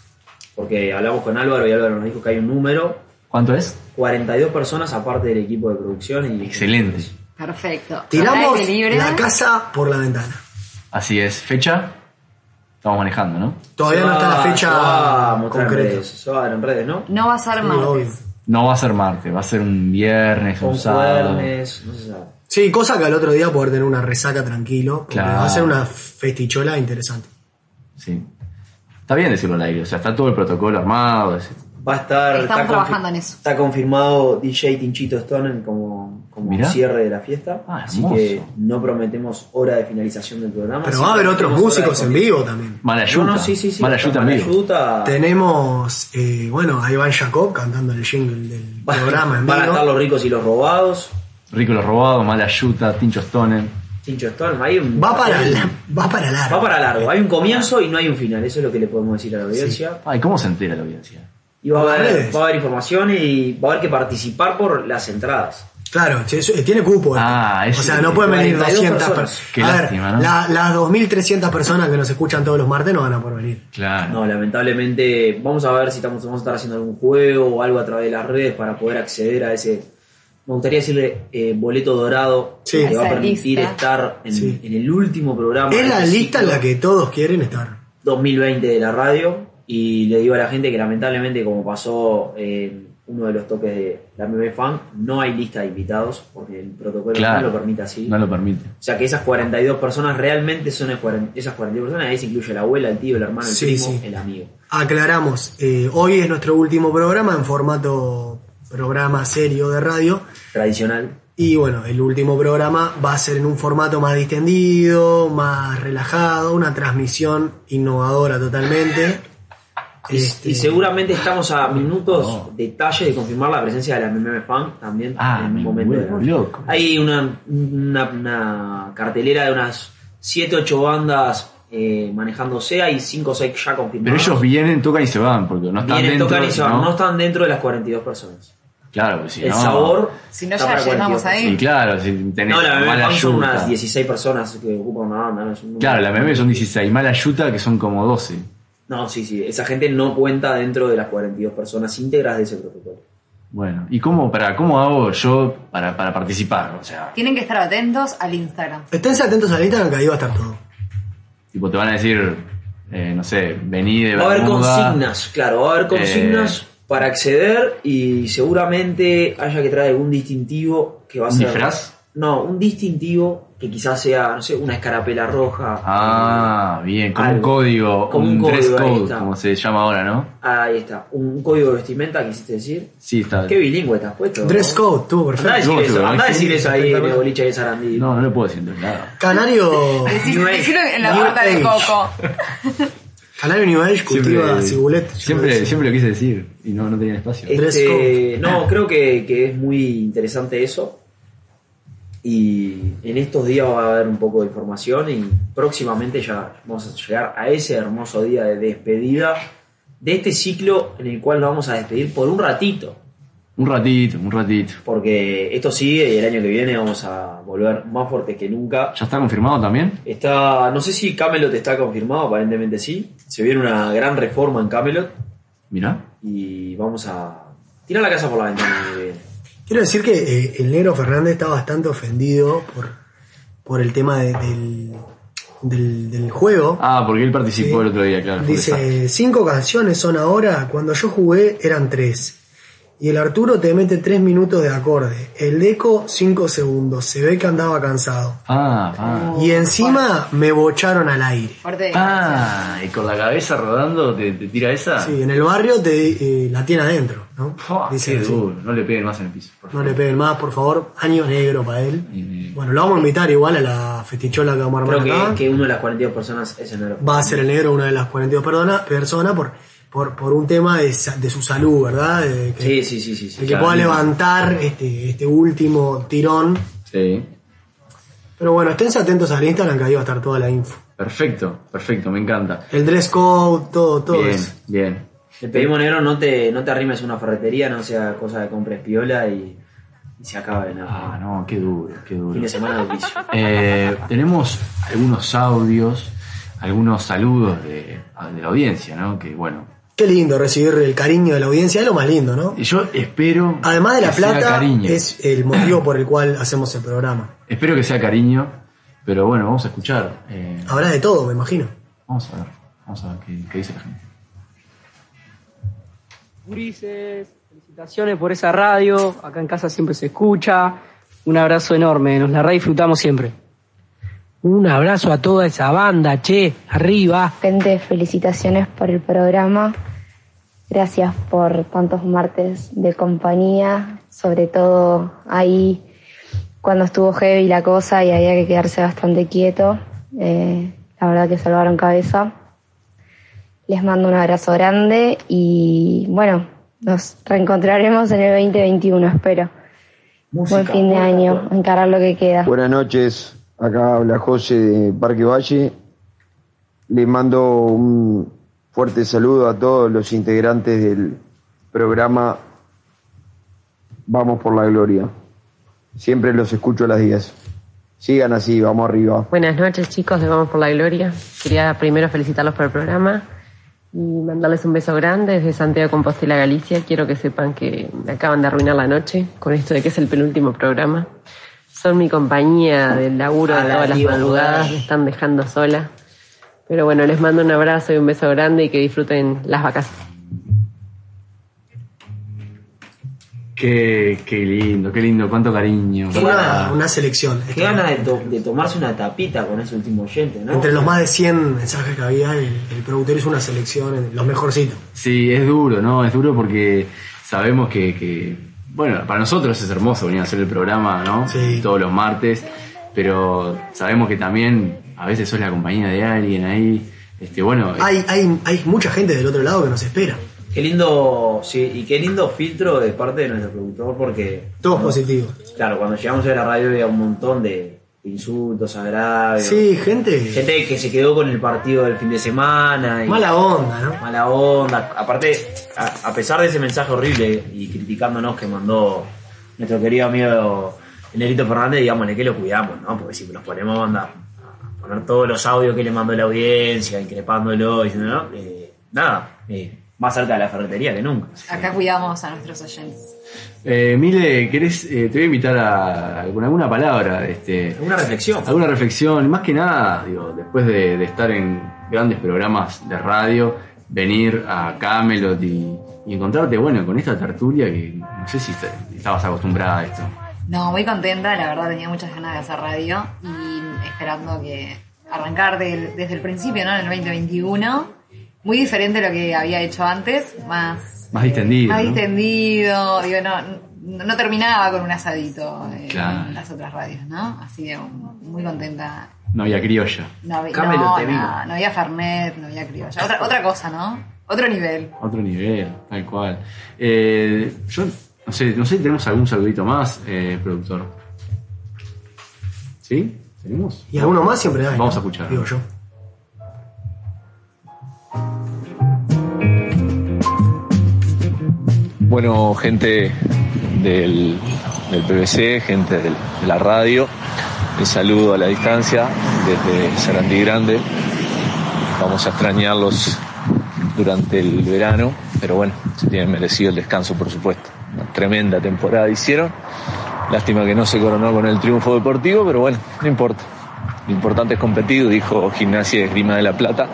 Porque hablamos con Álvaro y Álvaro nos dijo que hay un número. ¿Cuánto es? 42 personas aparte del equipo de producción. Y Excelente. Perfecto. Tiramos Habrá equilibrio. la casa por la ventana. Así es. ¿Fecha? Estamos manejando, ¿no? Todavía no está la fecha Vamos, En concreta. redes, se va a dar en redes, ¿no? No va a ser Sí, martes. obvio. No va a ser martes, va a ser un viernes, un Con sábado. cuernes, no se sabe. Sí, cosa que al otro día poder tener una resaca tranquilo. porque Claro. Va a ser una festichola interesante. Sí. Está bien decirlo al aire, o sea, está todo el protocolo armado. es- Va a estar. Estamos está confi- trabajando en eso. Está confirmado DJ Tinchito Stone como, como Mirá. cierre de la fiesta. Ah, así hermoso. que no prometemos hora de finalización del programa. Ah, Pero sí va a haber otros prometemos músicos hora en de vivo también. Malayuta. No, no, sí, sí, sí. Malayuta en vivo. Malayuta. Tenemos, eh, bueno, a Iván Jacob cantando el jingle del Va- programa en Van a estar vivo. los ricos y los robados. Rico los robados, Malayuta, Tincho Stone. Tincho Storm, hay un- Va para, la- va para largo. Va para largo. Hay un comienzo y no hay un final. Eso es lo que le podemos decir a la audiencia. Ay, ¿cómo se entera la audiencia? Y va a, Las haber, redes. va a haber información y va a haber que participar por las entradas. Claro, che, eso- eh, tiene cupo. esto. Ah, es- o sea, no pueden venir 42 200 personas. personas. Qué a ver, lástima, ¿no? la- las 2.300 personas que nos escuchan todos los martes no van a poder venir. Claro. No, lamentablemente vamos a ver si estamos, vamos a estar haciendo algún juego o algo a través de las redes para poder acceder a ese, me gustaría decirle, eh, boleto dorado Sí. que te va a Esa permitir lista. estar en, Sí. en el último programa. Es la del lista en ciclo la que todos quieren estar. 2020 de la radio y le digo a la gente que lamentablemente como pasó en uno de los toques de la MB Fan, no hay lista de invitados porque el protocolo Claro. no lo permite así. No lo permite. O sea que esas 42 personas realmente son el cuaren- esas 42 personas, ahí se incluye la abuela, el tío, el hermano, el Sí, primo, sí. el amigo. Aclaramos, eh, hoy es nuestro último programa en formato programa serio de radio. Tradicional. Y bueno, el último programa va a ser en un formato más distendido, más relajado, una transmisión innovadora totalmente. Y, Este, y seguramente estamos a minutos, detalles de confirmar la presencia de la MM Fan también Ah, en me un momento. de la vuelvo noche. loco. Hay una, una, una cartelera de unas 7, 8 bandas eh, manejándose, hay 5 o 6 ya Pero confirmadas. ellos vienen, tocan y se van, porque no están Vienen, dentro. tocan y se van, ¿no? no están dentro de las 42 personas. Claro, pues si El no- sabor. Si no, está ya para llegamos cualquier ahí. Y claro, si tenés No, la mala bebé son yuta. unas 16 personas que ocupan una banda. es un número- Claro, la meme son 16, mala yuta que son como 12. No, sí, sí. Esa gente no cuenta dentro de las 42 personas íntegras de ese protocolo. Bueno, ¿y cómo, para, cómo hago yo para, para participar? O sea, Tienen que estar atentos al Instagram. Esténse atentos al Instagram que ahí va a estar todo. tipo, te van a decir, eh, no sé, vení de Va a haber Bermuda. consignas, claro, va a haber consignas Eh. para acceder y seguramente haya que traer algún distintivo que va a ¿Un ser. disfraz? No, un distintivo que quizás sea, no sé, una escarapela roja. Ah, bien, como un Algo. código, Como un, un dress código, ahí code, está. como se llama ahora, ¿no? Ahí está, un código de vestimenta, quisiste decir. Sí, está. Qué bilingüe estás puesto. Dress code, tú, Andá a perfecto. decir No, eso, pero andá a hay decir gente eso ahí en espectacular. el boliche de Sarandí. No, no lo puedo decir, nada. Canario, Decí- New Age. Decirlo en la New puerta de Age. Coco. Canario New Age cultiva cibulet. siempre, siempre lo quise decir y no, no tenía espacio. Dress Este, code. no, creo que, que es muy interesante eso. Y en estos días va a haber un poco de información y próximamente ya vamos a llegar a ese hermoso día de despedida de este ciclo en el cual nos vamos a despedir por un ratito. Un ratito, un ratito. Porque esto sigue y el año que viene vamos a volver más fuertes que nunca. ¿Ya está confirmado también? Está, no sé si Camelot está confirmado, aparentemente sí. Se viene una gran reforma en Camelot Mirá. y vamos a tirar la casa por la ventana. el año que viene. Quiero decir que eh, el negro Fernández está bastante ofendido por, por el tema de- del, del, del juego. Ah, porque él participó Sí. el otro día, claro. por esa- Dice, cinco canciones son ahora, cuando yo jugué eran tres. Y el Arturo te mete tres minutos de acorde. El Deco, cinco segundos. Se ve que andaba cansado. Ah, ah. Y encima me bocharon al aire. Fuerte declaración. Ah, y con la cabeza rodando te, te tira esa. Sí, en el barrio te eh, la tiene adentro, ¿no? Fua, Dice, qué así. duro. No le peguen más en el piso. por no favor. le peguen más, por favor. Año negro para él. Y- Bueno, lo vamos a invitar igual a la festichola que vamos a Creo armar acá. que, que uno de las 42 personas es enero. Va a ser el negro una de las 42 perdona- personas por, por, por un tema de, sa- de su salud, ¿verdad? De que- Sí, sí, sí, sí. El sí. que Claro. pueda levantar este, este último tirón. Sí. Pero bueno, esténse atentos al Instagram que ahí va a estar toda la info. Perfecto, perfecto, me encanta. El dress code, todo, todo bien, eso. bien. Le pedimos negro, no te, no te arrimes a una ferretería, no sea cosa de compres piola y, y se acabe nada. Ah, no, qué duro, qué duro. Fin de semana de vicio. Eh, tenemos algunos audios, algunos saludos de, de la audiencia, ¿no? Que bueno, Qué lindo recibir el cariño de la audiencia, es lo más lindo, ¿no? yo espero. Además de la que sea plata, cariño. es el motivo por el cual hacemos el programa. Espero que sea cariño, pero bueno, vamos a escuchar. eh, Habrá de todo, me imagino. vamos a ver, vamos a ver qué, qué dice la gente. Gurises, felicitaciones por esa radio. Acá en casa siempre se escucha. Un abrazo enorme, nos la re disfrutamos siempre. Un abrazo a toda esa banda, che, arriba. Gente, felicitaciones por el programa. Gracias por tantos martes de compañía, sobre todo ahí cuando estuvo heavy la cosa y había que quedarse bastante quieto. Eh, la verdad que salvaron cabeza. Les mando un abrazo grande y bueno, nos reencontraremos en el 2021, espero. Buen fin de año, a encarar lo que queda. Buenas noches, acá habla José de Parque Valle. Les mando un fuerte saludo a todos los integrantes del programa Vamos por la Gloria. Siempre los escucho a las 10. Sigan así, vamos arriba. Buenas noches chicos de Vamos por la Gloria. Quería primero felicitarlos por el programa y mandarles un beso grande desde Santiago de Compostela, Galicia. Quiero que sepan que me acaban de arruinar la noche con esto de que es el penúltimo programa. Son mi compañía del laburo A de la todas las diva. madrugadas, me están dejando sola. Pero bueno, les mando un abrazo y un beso grande y que disfruten las vacaciones. Qué, qué lindo, qué lindo, cuánto cariño. Qué Fue una, ganas. una selección. Qué ganas de, to- de tomarse una tapita con ese último oyente, ¿no? Entre los más de 100 mensajes que había, el, el productor hizo una selección, los mejorcitos. Sí, es duro, ¿no? Es duro porque sabemos que, que- bueno, para nosotros es hermoso venir a hacer el programa, ¿no? Sí. Todos los martes, pero sabemos que también a veces sos la compañía de alguien ahí. Este, bueno, Hay, hay, hay mucha gente del otro lado que nos espera. Qué lindo, sí, y qué lindo filtro de parte de nuestro productor porque, Todos positivos. claro, cuando llegamos a la radio había un montón de, insultos, agravios. Sí, gente. Gente que se quedó con el partido del fin de semana. y- Mala onda, ¿no? Mala onda. Aparte, a, a pesar de ese mensaje horrible y criticándonos que mandó nuestro querido amigo Nerito Fernández, digámosle que lo cuidamos, ¿no? Porque si nos ponemos a mandar, a poner todos los audios que le mandó la audiencia, increpándolo, y, ¿no? Eh, nada, eh, más cerca de la ferretería que nunca. Acá cuidamos a nuestros oyentes. Eh, Mile, ¿querés, eh, te voy a invitar a, con alguna palabra. Este, ¿Alguna reflexión? Alguna reflexión. Más que nada, digo, después de, de estar en grandes programas de radio, venir a Camelot y, y encontrarte, bueno, con esta tertulia que no sé si est- estabas acostumbrada a esto. No, muy contenta, la verdad tenía muchas ganas de hacer radio y esperando que arrancar del- desde el principio, ¿no? En el 2021. Muy diferente a lo que había hecho antes, más, Más distendido. más ¿no? distendido, digo, no, no, no terminaba con un asadito eh, Claro. en las otras radios, ¿no? Así que um, muy contenta. No había criolla. No, había- Camelot no, te vivo. no, no había Fernet, no había criolla. Otra, otra cosa, ¿no? Otro nivel. Otro nivel, tal cual. Eh, yo no sé, no sé si tenemos algún saludito más, eh, productor. ¿Sí? ¿Tenemos? Y alguno más siempre hay. Vamos a escuchar. Digo yo. Bueno, gente del, del PBC, gente del- de la radio, les saludo a la distancia desde Sarandí Grande. Vamos a extrañarlos durante el verano, pero bueno, se tienen merecido el descanso, por supuesto. Una tremenda temporada hicieron. Lástima que no se coronó con el triunfo deportivo, pero bueno, no importa. Lo importante es competir, dijo Gimnasia de Esgrima de la Plata,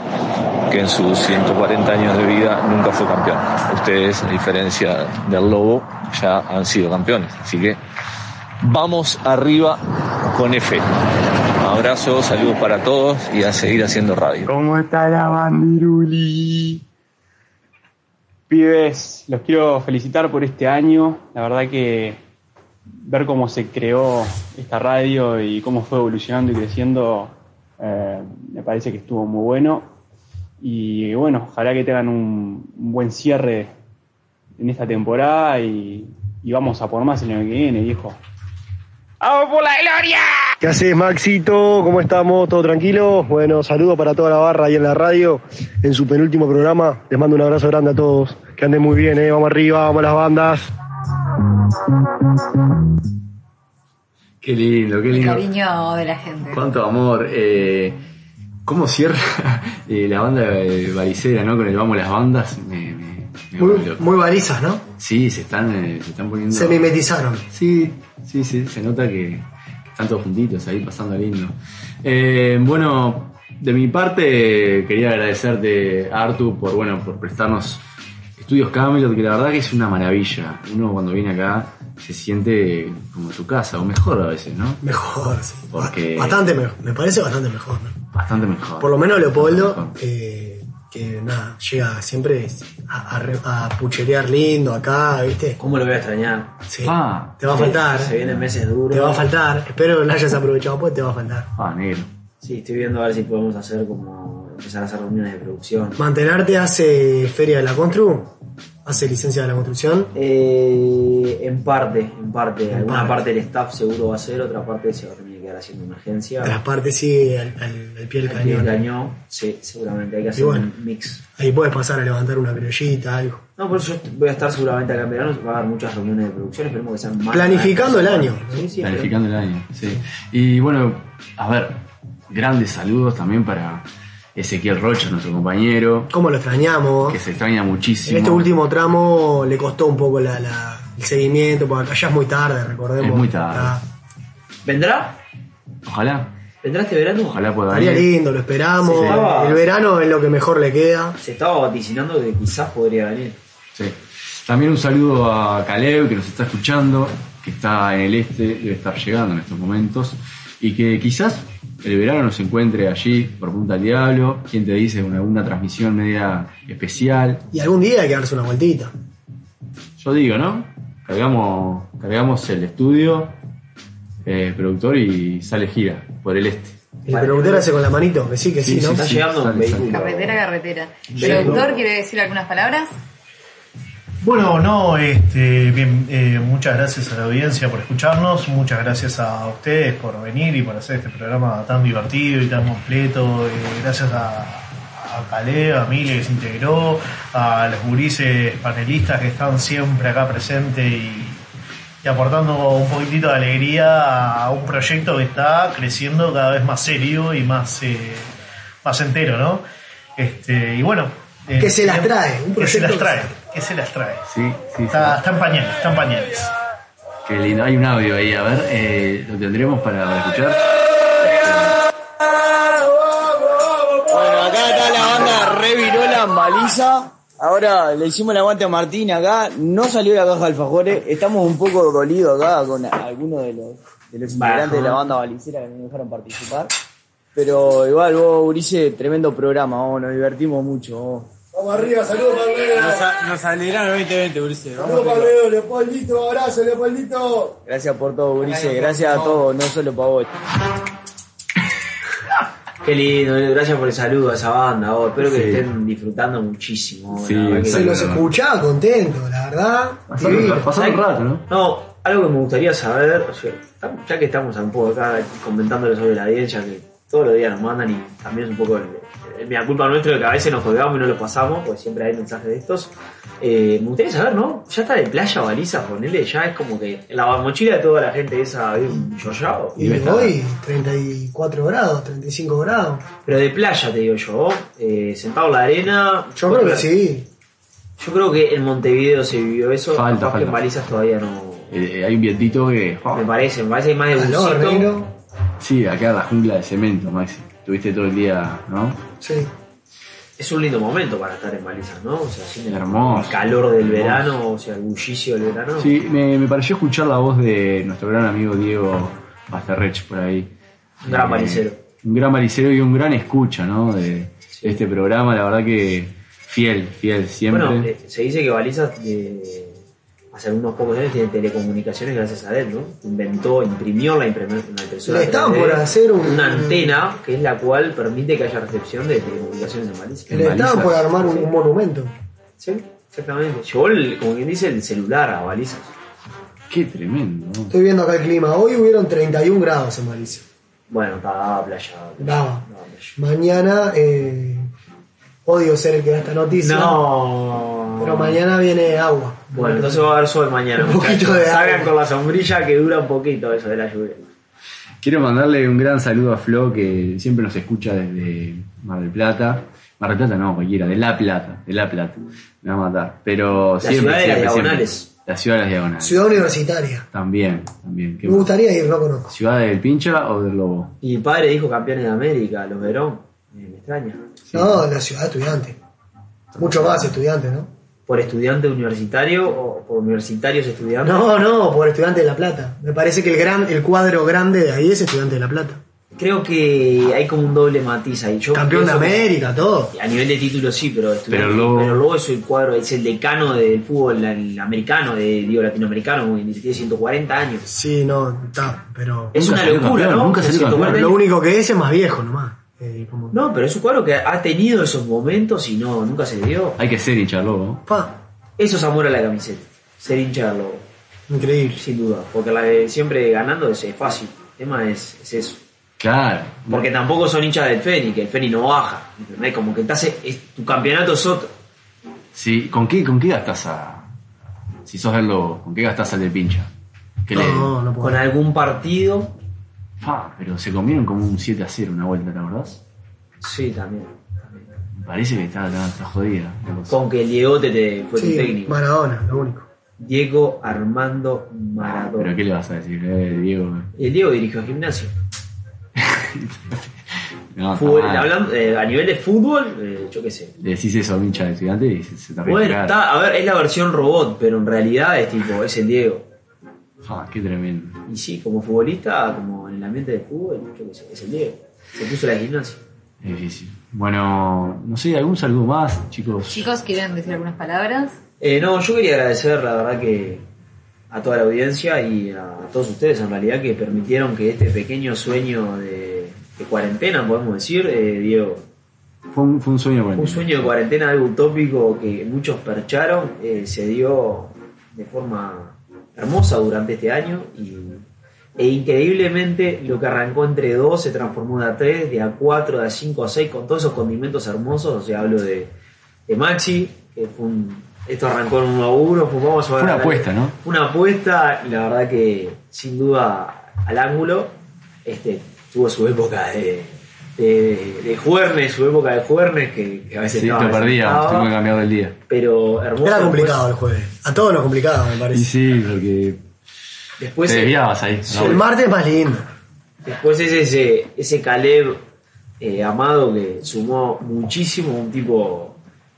que en sus 140 años de vida nunca fue campeón. Ustedes, a diferencia del Lobo, ya han sido campeones. Así que vamos arriba con F. Abrazos, saludos para todos y a seguir haciendo radio. ¿Cómo está la bandiruli? Pibes, los quiero felicitar por este año. La verdad que ver cómo se creó esta radio y cómo fue evolucionando y creciendo eh, me parece que estuvo muy bueno. Y bueno, ojalá que tengan un, un buen cierre en esta temporada y, y vamos a por más el año que viene, viejo. ¡Vamos por la gloria! ¿Qué haces, Maxito? ¿Cómo estamos? ¿Todo tranquilo? Bueno, saludo para toda la barra ahí en la radio, en su penúltimo programa. Les mando un abrazo grande a todos. Que anden muy bien, ¿eh? Vamos arriba, vamos las bandas. Qué lindo, qué El lindo. cariño de la gente. Cuánto amor. eh, ¿Cómo cierra eh, la banda de Varicera, no? Con el Vamos las Bandas. Me, me- me Muy, vuelvo loco. muy varizas, ¿no? Sí, se están, eh, se están poniendo. Se mimetizaron. Sí, sí, sí, se nota que están todos juntitos ahí pasando lindo. Eh, bueno, de mi parte quería agradecerte, Artu, por, bueno, por prestarnos Estudios Camelot, que la verdad que es una maravilla. Uno cuando viene acá se siente como en su casa, o mejor a veces, ¿no? Mejor, sí. Porque Bastante mejor. Me parece bastante mejor, ¿no? bastante mejor. Por lo menos Leopoldo, eh, que nada, llega siempre a, a re- a pucherear lindo acá, ¿viste? ¿Cómo lo voy a extrañar? Sí. Ah. te va a faltar. ¿eh? Se vienen meses duros. Te va a faltar. Espero que lo hayas aprovechado, pues te va a faltar. Ah, negro. Sí, estoy viendo a ver si podemos hacer como empezar a hacer reuniones de producción. ¿Mantenerte hace Feria de la Constru? ¿Hace licencia de la construcción? Eh, en parte, en parte. Alguna parte. parte. del staff seguro va a ser, otra parte se va a tener que quedar haciendo emergencia. Las partes sigue al, al- al pie del Al pie del cañón. cañón, sí, seguramente hay que Y hacer bueno. un mix. Ahí puedes pasar a levantar una criollita, algo. No, por eso yo voy a estar seguramente acá en verano, va a haber muchas reuniones de producción, esperemos que sean más. Planificando el año. Sí, sí, Planificando el año, sí. Y bueno, a ver, grandes saludos también para Ezequiel Rocha, nuestro compañero, ¿Cómo lo extrañamos? que se extraña muchísimo. En este último tramo le costó un poco la- la- el seguimiento, porque acá ya es muy tarde, recordemos. Es muy Ah. tarde. ¿Vendrá? Ojalá, ¿Vendrá este verano? ojalá pueda Estaría venir. lindo, lo esperamos. Sí, estaba- El verano es lo que mejor le queda. Se estaba vaticinando que quizás podría venir. Sí. También un saludo a Caleb, que nos está escuchando, que está en el este, debe estar llegando en estos momentos, y que quizás el verano nos encuentre allí por Punta al Diablo, quien te dice con alguna transmisión media especial. Y algún día hay que darse una vueltita. Yo digo, ¿no? Cargamos, cargamos el estudio, eh, productor, y sale gira por el este. El preguntero hace con la manito, que sí, que Sí, sí, ¿no? sí, Está sí, llegando un sale, vehículo. Carretera, carretera. Llegó. ¿Productor quiere decir algunas palabras? Bueno, no, este, bien, eh, muchas gracias a la audiencia por escucharnos, muchas gracias a ustedes por venir y por hacer este programa tan divertido y tan completo. eh, gracias a, a Calé, a Mile que se integró, a los gurises panelistas que están siempre acá presentes y, y aportando un poquitito de alegría a un proyecto que está creciendo cada vez más serio y más, eh, más entero, ¿no? Este, y bueno. eh, Que se las trae, un que se proyecto las que trae, que se las trae. Sí, sí, sí. Está, está en pañales, está en pañales. Qué lindo. Hay un audio ahí, a ver, eh, lo tendremos para, para escuchar. Bueno, acá está la banda Revirola Maliza. Ahora le hicimos el aguante a Martín acá. No salió la caja de alfajores. Estamos un poco dolidos acá con algunos de los, de los integrantes de la banda balicera que no dejaron participar. Pero igual vos, Urice, tremendo programa. vos, nos divertimos mucho. vos. Vamos arriba, saludos para el Nos Leo. a- Nos alegraron el 2020, Urice. Vamos Saludos para el arriba. Leo, Leopoldito, abrazo, Leopoldito. Gracias por todo, Urice. Gracias a todos, no solo para vos. Qué lindo, boludo. gracias por el saludo a esa banda. vos. Espero que Sí. estén disfrutando muchísimo. Sí, Se los escuchaba contento, la verdad. Divino. ¿no? No, algo que me gustaría saber, o sea, tam- ya que estamos un poco acá comentándolo sobre la audiencia, que todos los días nos mandan y también es un poco el, el mea culpa nuestro de que a veces nos colgamos y no los pasamos, porque siempre hay mensajes de estos. Eh, me gustaría saber, ¿no? Ya está de playa baliza, ponele, ya es como que en la mochila de toda la gente esa hay un yoyao. Y hoy, 34 grados, 35 grados. Pero de playa, te digo yo, eh, sentado en la arena. Yo creo que sí. Yo creo que en Montevideo se vivió eso, Falta, capaz que falta. en balizas todavía no. Eh, hay un vientito que. Me parece, me parece que más de Calor, bucito. negro. Sí, acá la jungla de cemento, Maxi. Tuviste todo el día, ¿no? Sí. Es un lindo momento para estar en balizas, ¿no? O sea, sin el Hermoso. calor del Hermoso. verano, o sea, el bullicio del verano. Sí, me, me pareció escuchar la voz de nuestro gran amigo Diego Basterrech por ahí. Eh, Un gran malicero. Un gran malicero y un gran escucha, ¿no? De este programa, la verdad que fiel, fiel siempre. Bueno, eh, se dice que balizas eh, hace unos pocos años tiene telecomunicaciones gracias a él, ¿no? Inventó, imprimió la, imprime- la impresora. Le estaban 3D, por hacer un- una antena, que es la cual permite que haya recepción de telecomunicaciones en balizas. Le estaban por armar un, un monumento. Sí, exactamente. Llevó, el- como quien dice, el celular a balizas. Qué tremendo. Estoy viendo acá el clima. Hoy hubieron 31 grados en Malicia. Bueno, estaba playa. Brava. Mañana, eh, odio ser el que da esta noticia. No. Pero mañana viene agua. Bueno, entonces va a haber sol mañana. Un poquito muchachos. de agua. Salgan con la sombrilla que dura un poquito eso de la lluvia. Quiero mandarle un gran saludo a Flo, que siempre nos escucha desde Mar del Plata. Mar del Plata no, cualquiera, de La Plata, de La Plata. Me va a matar. Pero La siempre, ciudad de las siempre, siempre. diagonales. La ciudad de las diagonales. Ciudad universitaria. También, también. Qué Me gustaría ir, no conozco. ¿Ciudad del Pincha o del Lobo? Y mi padre dijo campeones de América, los Verón. Eh, me extraña. No, la ciudad de estudiantes. Mucho más estudiantes, ¿no? ¿Por estudiante universitario o por universitarios estudiantes? No, no, por estudiante de La Plata. Me parece que el gran, el cuadro grande de ahí es estudiante de La Plata. Creo que hay como un doble matiz ahí. Yo Campeón de pienso- América, todo. A nivel de título sí, pero estudiante- Pero luego- pero luego es el cuadro, es el decano del fútbol el americano, de, digo latinoamericano, como quien dice, tiene 140 años. Sí, no, está, pero. Es una locura, ¿no? Que 140 Lo único que es es más viejo nomás. Eh, como- No, pero es un cuadro que ha tenido esos momentos y no, nunca se le dio. Hay que ser hincha del Lobo. Pa, Eso es amor a la camiseta, ser hincha del Lobo. Increíble. Sin duda, porque la de siempre ganando es, es fácil. El tema es, es eso. Claro. Porque tampoco son hinchas del Feni, que el Feni no baja. ¿entendés? Como que estás, es- tu campeonato es otro. Sí, ¿con qué, con qué gastas a. Si sos del Lobo, ¿con qué gastas al del Pincha? ¿Qué le- Con algún partido. Fa, pero se comieron como un 7 a 0 una vuelta, ¿te acordás? Sí, también. Me parece que está, está, está jodida. la cosa. Con que el Diegote te, fue tu Sí, técnico. Maradona, lo único. Diego Armando Maradona. Pero ¿qué le vas a decir, eh, Diego? El Diego dirigió gimnasio. No, está Fútbol- mal. hablando, eh, a nivel de fútbol, eh, yo qué sé. Le decís eso a un hincha de estudiante y se, se te Bueno, está, a ver, es la versión robot, pero en realidad es tipo, es el Diego. Ah, qué tremendo. Y sí, como futbolista, como en el ambiente del fútbol, yo qué sé, es el Diego. Se puso la gimnasia. Es difícil. Bueno, no sé, ¿algún saludo más, chicos? Chicos, ¿quieren decir algunas palabras? Eh, no, yo quería agradecer, la verdad, que a toda la audiencia y a todos ustedes, en realidad, que permitieron que este pequeño sueño de, de cuarentena, podemos decir, eh, Diego, Fue un, fue un sueño para Un sueño de cuarentena, algo utópico que muchos percharon, eh, se dio de forma hermosa durante este año y, e increíblemente lo que arrancó entre 2 se transformó de a 3, de a 4, de a 5 a 6, con todos esos condimentos hermosos. O sea, hablo de, de Machi, que fue un- esto arrancó en un laburo, fue, vamos a Fue ver- una apuesta, ¿no? Fue una apuesta y la verdad que sin duda al ángulo este, tuvo su época de, de, de juernes, su época de juernes que, que a veces Sí, estaba, lo a veces perdíamos, estaba, tuvimos que cambiar del día. pero hermoso. pues, Era después- complicado el jueves. A todos nos complicaba, me Y parece. sí, porque Después te el- desviabas ahí. Sí. ¿no? El martes más lindo. Después es ese, ese Caleb eh, amado que sumó muchísimo, un tipo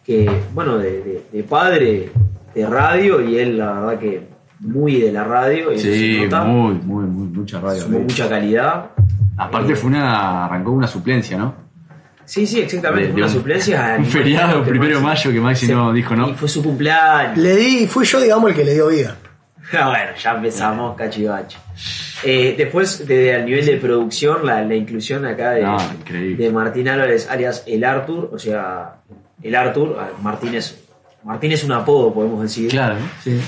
que, bueno, de, de- de padre de radio y él la verdad que muy de la radio. Y Sí, eso se nota. muy, muy, muy, mucha radio. Sumó mucha calidad. Aparte fue una, arrancó una suplencia, ¿no? Sí, sí, exactamente. De- fue de una un- suplencia. Un feriado, el primero de mayo, que Maxi no dijo no. fue su cumpleaños. Le di, fui yo, digamos, el que le dio vida. Ah, bueno, ya empezamos cachivache. Eh, después, desde el nivel de producción, la, la inclusión acá de, No, increíble. de Martín Álvarez, alias el Arthur, o sea, el Arthur, ah, Martín es, Martín es un apodo, podemos decir. Claro, sí.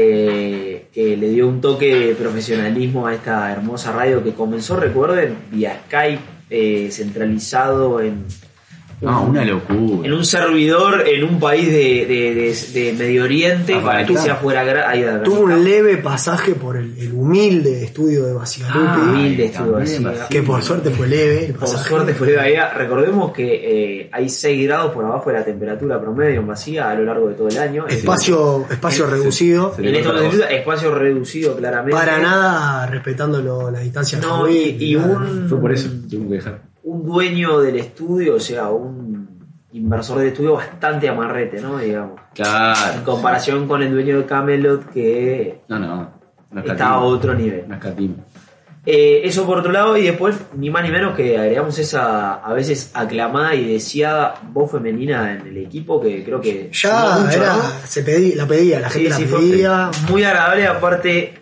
Eh, que le dio un toque de profesionalismo a esta hermosa radio que comenzó, recuerden, vía Skype, eh, centralizado en, No, Ah, una locura. en un servidor en un país de, de- de- de Medio Oriente Ah, para que Afganistán. sea fuera gra- ahí, Tuvo un leve pasaje por el, el humilde estudio de Basigalupi. Ah, humilde estudio de Basigalupi. Que por suerte fue leve. el Por pasaje. suerte fue de Bahía. Recordemos que eh, hay 6 grados por abajo de la temperatura promedio en vacía a lo largo de todo el año. Espacio, espacio Sí, sí. reducido. En esta constitución, espacio reducido claramente. Para nada respetando lo- las distancias. eh. No, COVID, y- y nada. un- Fue por eso, tuvimos que dejar. Un dueño del estudio, o sea, un inversor del estudio bastante amarrete, ¿no? Digamos. Claro. En comparación con el dueño de Camelot que No, no. no está a escatima. otro nivel. No escatima. Eh, eso por otro lado, y después, ni más ni menos que agregamos esa a veces aclamada y deseada voz femenina en el equipo, que creo que. Ya sumó mucho, era, ¿no? se pedí, la pedía, la Sí, gente sí, la fue pedía. Muy agradable, aparte,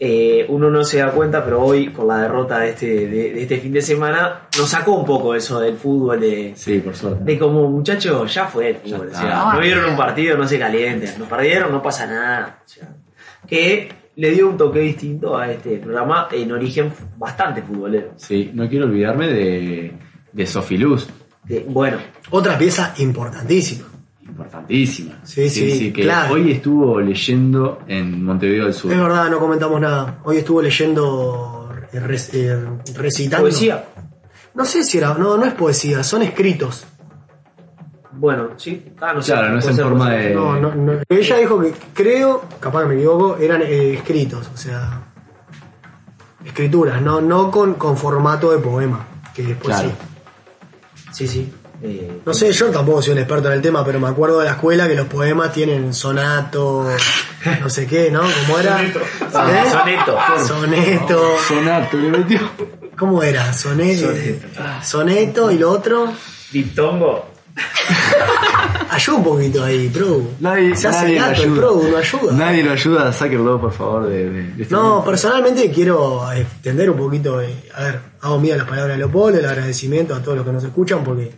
eh, uno no se da cuenta, pero hoy, con la derrota de este, de, de este fin de semana, nos sacó un poco eso del fútbol, de, Sí, por suerte. de como muchachos, ya fue el fútbol. Ya o sea, está. no eh. vieron un partido, no se calienten, nos perdieron, no pasa nada. o sea, que le dio un toque distinto a este programa en origen bastante futbolero. Sí, no quiero olvidarme de, de Sofiluz, De- bueno, Otra pieza importantísima. importantísima. Sí, sí, que claro. hoy estuvo leyendo en Montevideo del Sur. Es verdad, no comentamos nada. Hoy estuvo leyendo, eh, rec- eh, recitando. Poesía. No sé si era, no, no es poesía, son escritos. bueno, sí. Ah, no sé, Claro, no es puede en ser, forma puede ser. de- No, no, no. Ella dijo que creo, capaz que me equivoco, eran eh, escritos, o sea, escrituras, no, no con, con formato de poema, que después Claro. sí. Sí, sí. eh, No sé, yo tampoco soy un experto en el tema, pero me acuerdo de la escuela que los poemas tienen sonato, no sé qué, ¿no? ¿Cómo era? Soneto. Ah, ¿Eh? Soneto. Soneto. Sonato, le metió. ¿Cómo era? Soneto. Ah. Soneto. Soneto y lo otro. Diptongo. Ayuda un poquito ahí, pro. Nadie, Se hace nadie lo gato el ayuda. pro, no ayuda. Nadie lo ayuda, sáquenlo, por favor, de, de- de este No, mundo. personalmente quiero extender un poquito, eh, a ver, hago mía las palabras de Leopoldo, el agradecimiento a todos los que nos escuchan, porque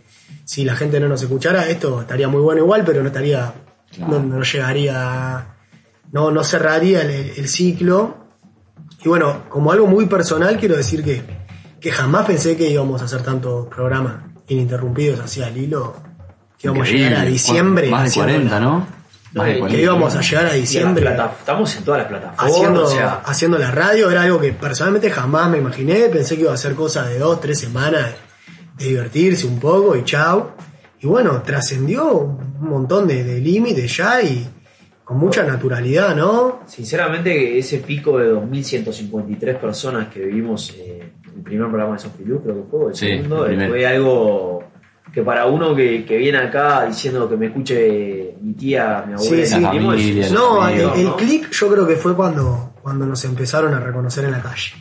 si la gente no nos escuchara, esto estaría muy bueno igual, pero no estaría, no, no llegaría, no, no cerraría el, el ciclo. Y bueno, como algo muy personal, quiero decir que, que jamás pensé que íbamos a hacer tantos programas ininterrumpidos así al hilo, que íbamos a llegar a Increíble. diciembre. Más de haciendo 40, ¿no? Más de Eh, que 40. íbamos a llegar a Y las diciembre. plata- Estamos en todas las plataformas. haciendo, o sea, haciendo la radio era algo que personalmente jamás me imaginé. Pensé que iba a hacer cosas de dos, tres semanas, de divertirse un poco y chau. Y bueno, trascendió un montón de, de límites ya y con mucha naturalidad, ¿no? Sinceramente, ese pico de 2.153 personas que vivimos eh, el primer programa de Sophie Lu, creo que fue, o el Sí, segundo, el eh, primero. fue algo que para uno que, que viene acá diciendo que me escuche mi tía, mi Sí, abuela, sí. mi primo, es- No, el, es- el ¿no? click yo creo que fue cuando, cuando nos empezaron a reconocer en la calle.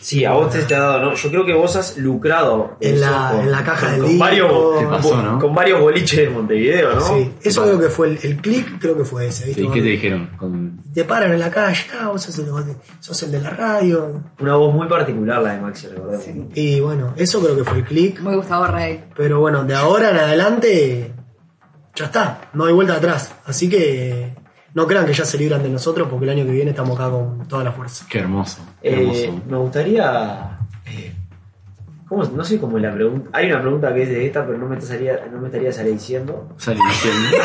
Sí, a vos te, te ha dado, ¿no? Yo creo que vos has lucrado En eso la- en la caja del con disco. varios, ¿Qué pasó, con- no? con varios boliches de Montevideo, ¿no? Sí, eso creo que fue el, el click, creo que fue ese, ¿viste? ¿Y qué te dijeron? Con- Te paran en la calle, ah, vos sos el, de- sos el de la radio. Una voz muy particular la de Maxi, recordemos. Y bueno, eso creo que fue el click. Muy Gustavo Rey. Pero bueno, de ahora en adelante, ya está, no hay vuelta atrás. Así que no crean que ya se libran de nosotros porque el año que viene estamos acá con toda la fuerza. Qué hermoso. qué Eh, hermoso. me gustaría. eh, ¿cómo es? No sé cómo es la pregunta. Hay una pregunta que es de esta, pero no me estaría, no me estaría saliendo. Salí diciendo.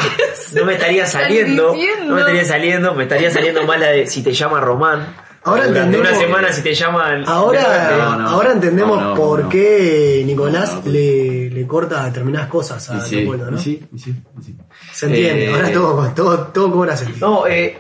No me estaría saliendo. diciendo. No me estaría saliendo. Me estaría saliendo más la de si te llama Román. Ahora Durante una entendemos- semana si te llama. el- Ahora, No, no. ahora entendemos No, no, por no. qué Nicolás le, le corta determinadas cosas a Y sí, Leopoldo, ¿no? y sí, y sí, y sí. Se entiende, Eh, ahora todo, todo, todo cobra sentido. No, eh,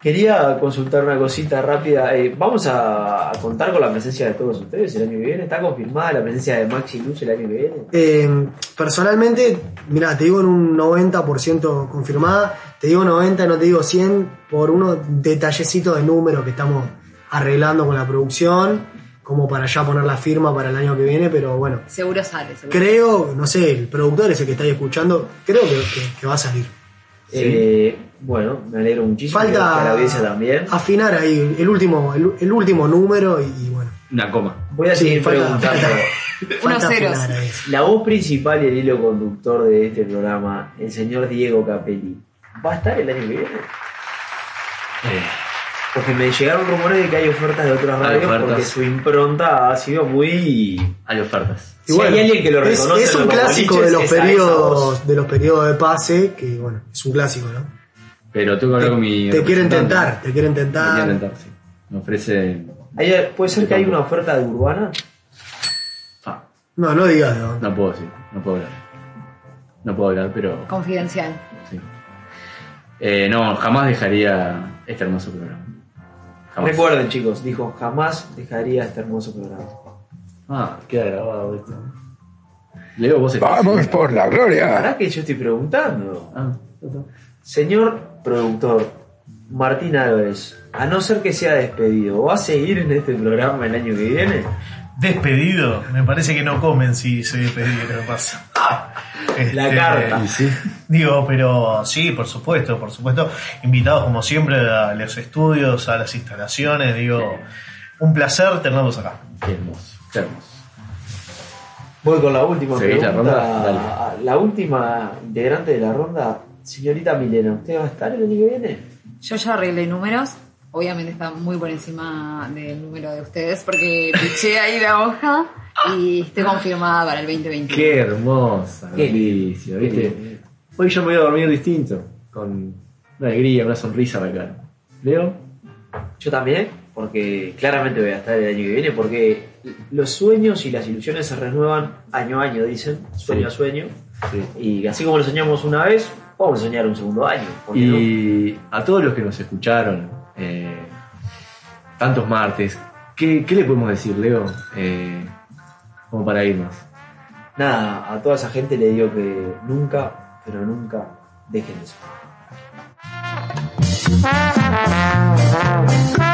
quería consultar una cosita rápida. Eh, vamos a, a contar con la presencia de todos ustedes el año que viene. ¿Está confirmada la presencia de Maxi Luz el año que viene? Eh, personalmente, mira, te digo en un 90% confirmada, te digo 90, no te digo 100, por unos detallecitos de número que estamos arreglando con la producción, como para ya poner la firma para el año que viene, pero bueno, Seguro sale, seguro. creo, no sé, el productor ese que estáis escuchando, creo que, que- que va a salir. Eh, bueno, me alegro muchísimo. que- Falta que la audiencia también. afinar ahí el último, el, el último número y, y bueno, Una coma. Voy a Sí, seguir falta- preguntando. falta ceros. afinar ahí. La voz principal y el hilo conductor de este programa, el señor Diego Capelli, ¿va a estar el año que viene? Eh, Porque me llegaron rumores de que hay ofertas de otras Hay radios ofertas. porque su impronta ha sido muy. Hay ofertas. Si hay alguien que lo es, reconoce, es en un los clásico boliches, de los es a esa voz. periodos de los periodos de pase, que bueno, es un clásico, ¿no? Pero tengo que hablar con mi. Te quieren representante. tentar, te quieren Me quieren tentar. tentar, sí. Me ofrece. Hay- ¿Puede ser que hay una oferta de Urbana? No, no digas. No. No puedo decir, no puedo hablar. No puedo hablar, pero. Confidencial. eh, no, jamás dejaría este hermoso programa. Jamás. Recuerden, chicos, dijo: jamás dejaría este hermoso programa. Ah, queda grabado esto. Leo, vos estás. Vamos por la ¿Para que yo estoy preguntando? Ah. Señor productor Martín Álvarez, a no ser que sea despedido, ¿va a seguir en este programa el año que viene? Despedido, me parece que no comen si soy despedido, que no pasa. Este, Eh, carta. Digo, pero sí, por supuesto, por supuesto. Invitados como siempre a los estudios, a las instalaciones, digo, un placer tenerlos acá. Qué hermoso, qué hermoso. Voy con la última ¿Seguís la pregunta. ronda? La, última integrante de la ronda, señorita Milena, ¿usted va a estar el año que viene? Yo ya arreglé números. Obviamente está muy por encima del número de ustedes porque piché ahí la hoja y estoy confirmada para el 2021. Qué hermosa Qué noticia, qué ¿viste? Hoy yo me voy a dormir distinto, con una alegría, una sonrisa en la cara. ¿Leo? Yo también, porque claramente voy a estar el año que viene, porque los sueños y las ilusiones se renuevan año a año, dicen, sueño a sueño. Y así como lo soñamos una vez, vamos a soñar un segundo año. ¿por qué no? Y a todos los que nos escucharon eh, tantos martes, ¿qué, qué le podemos decir, Leo? Eh, como para irnos. Nada, a toda esa gente le digo que nunca, pero nunca dejen eso. Thank you.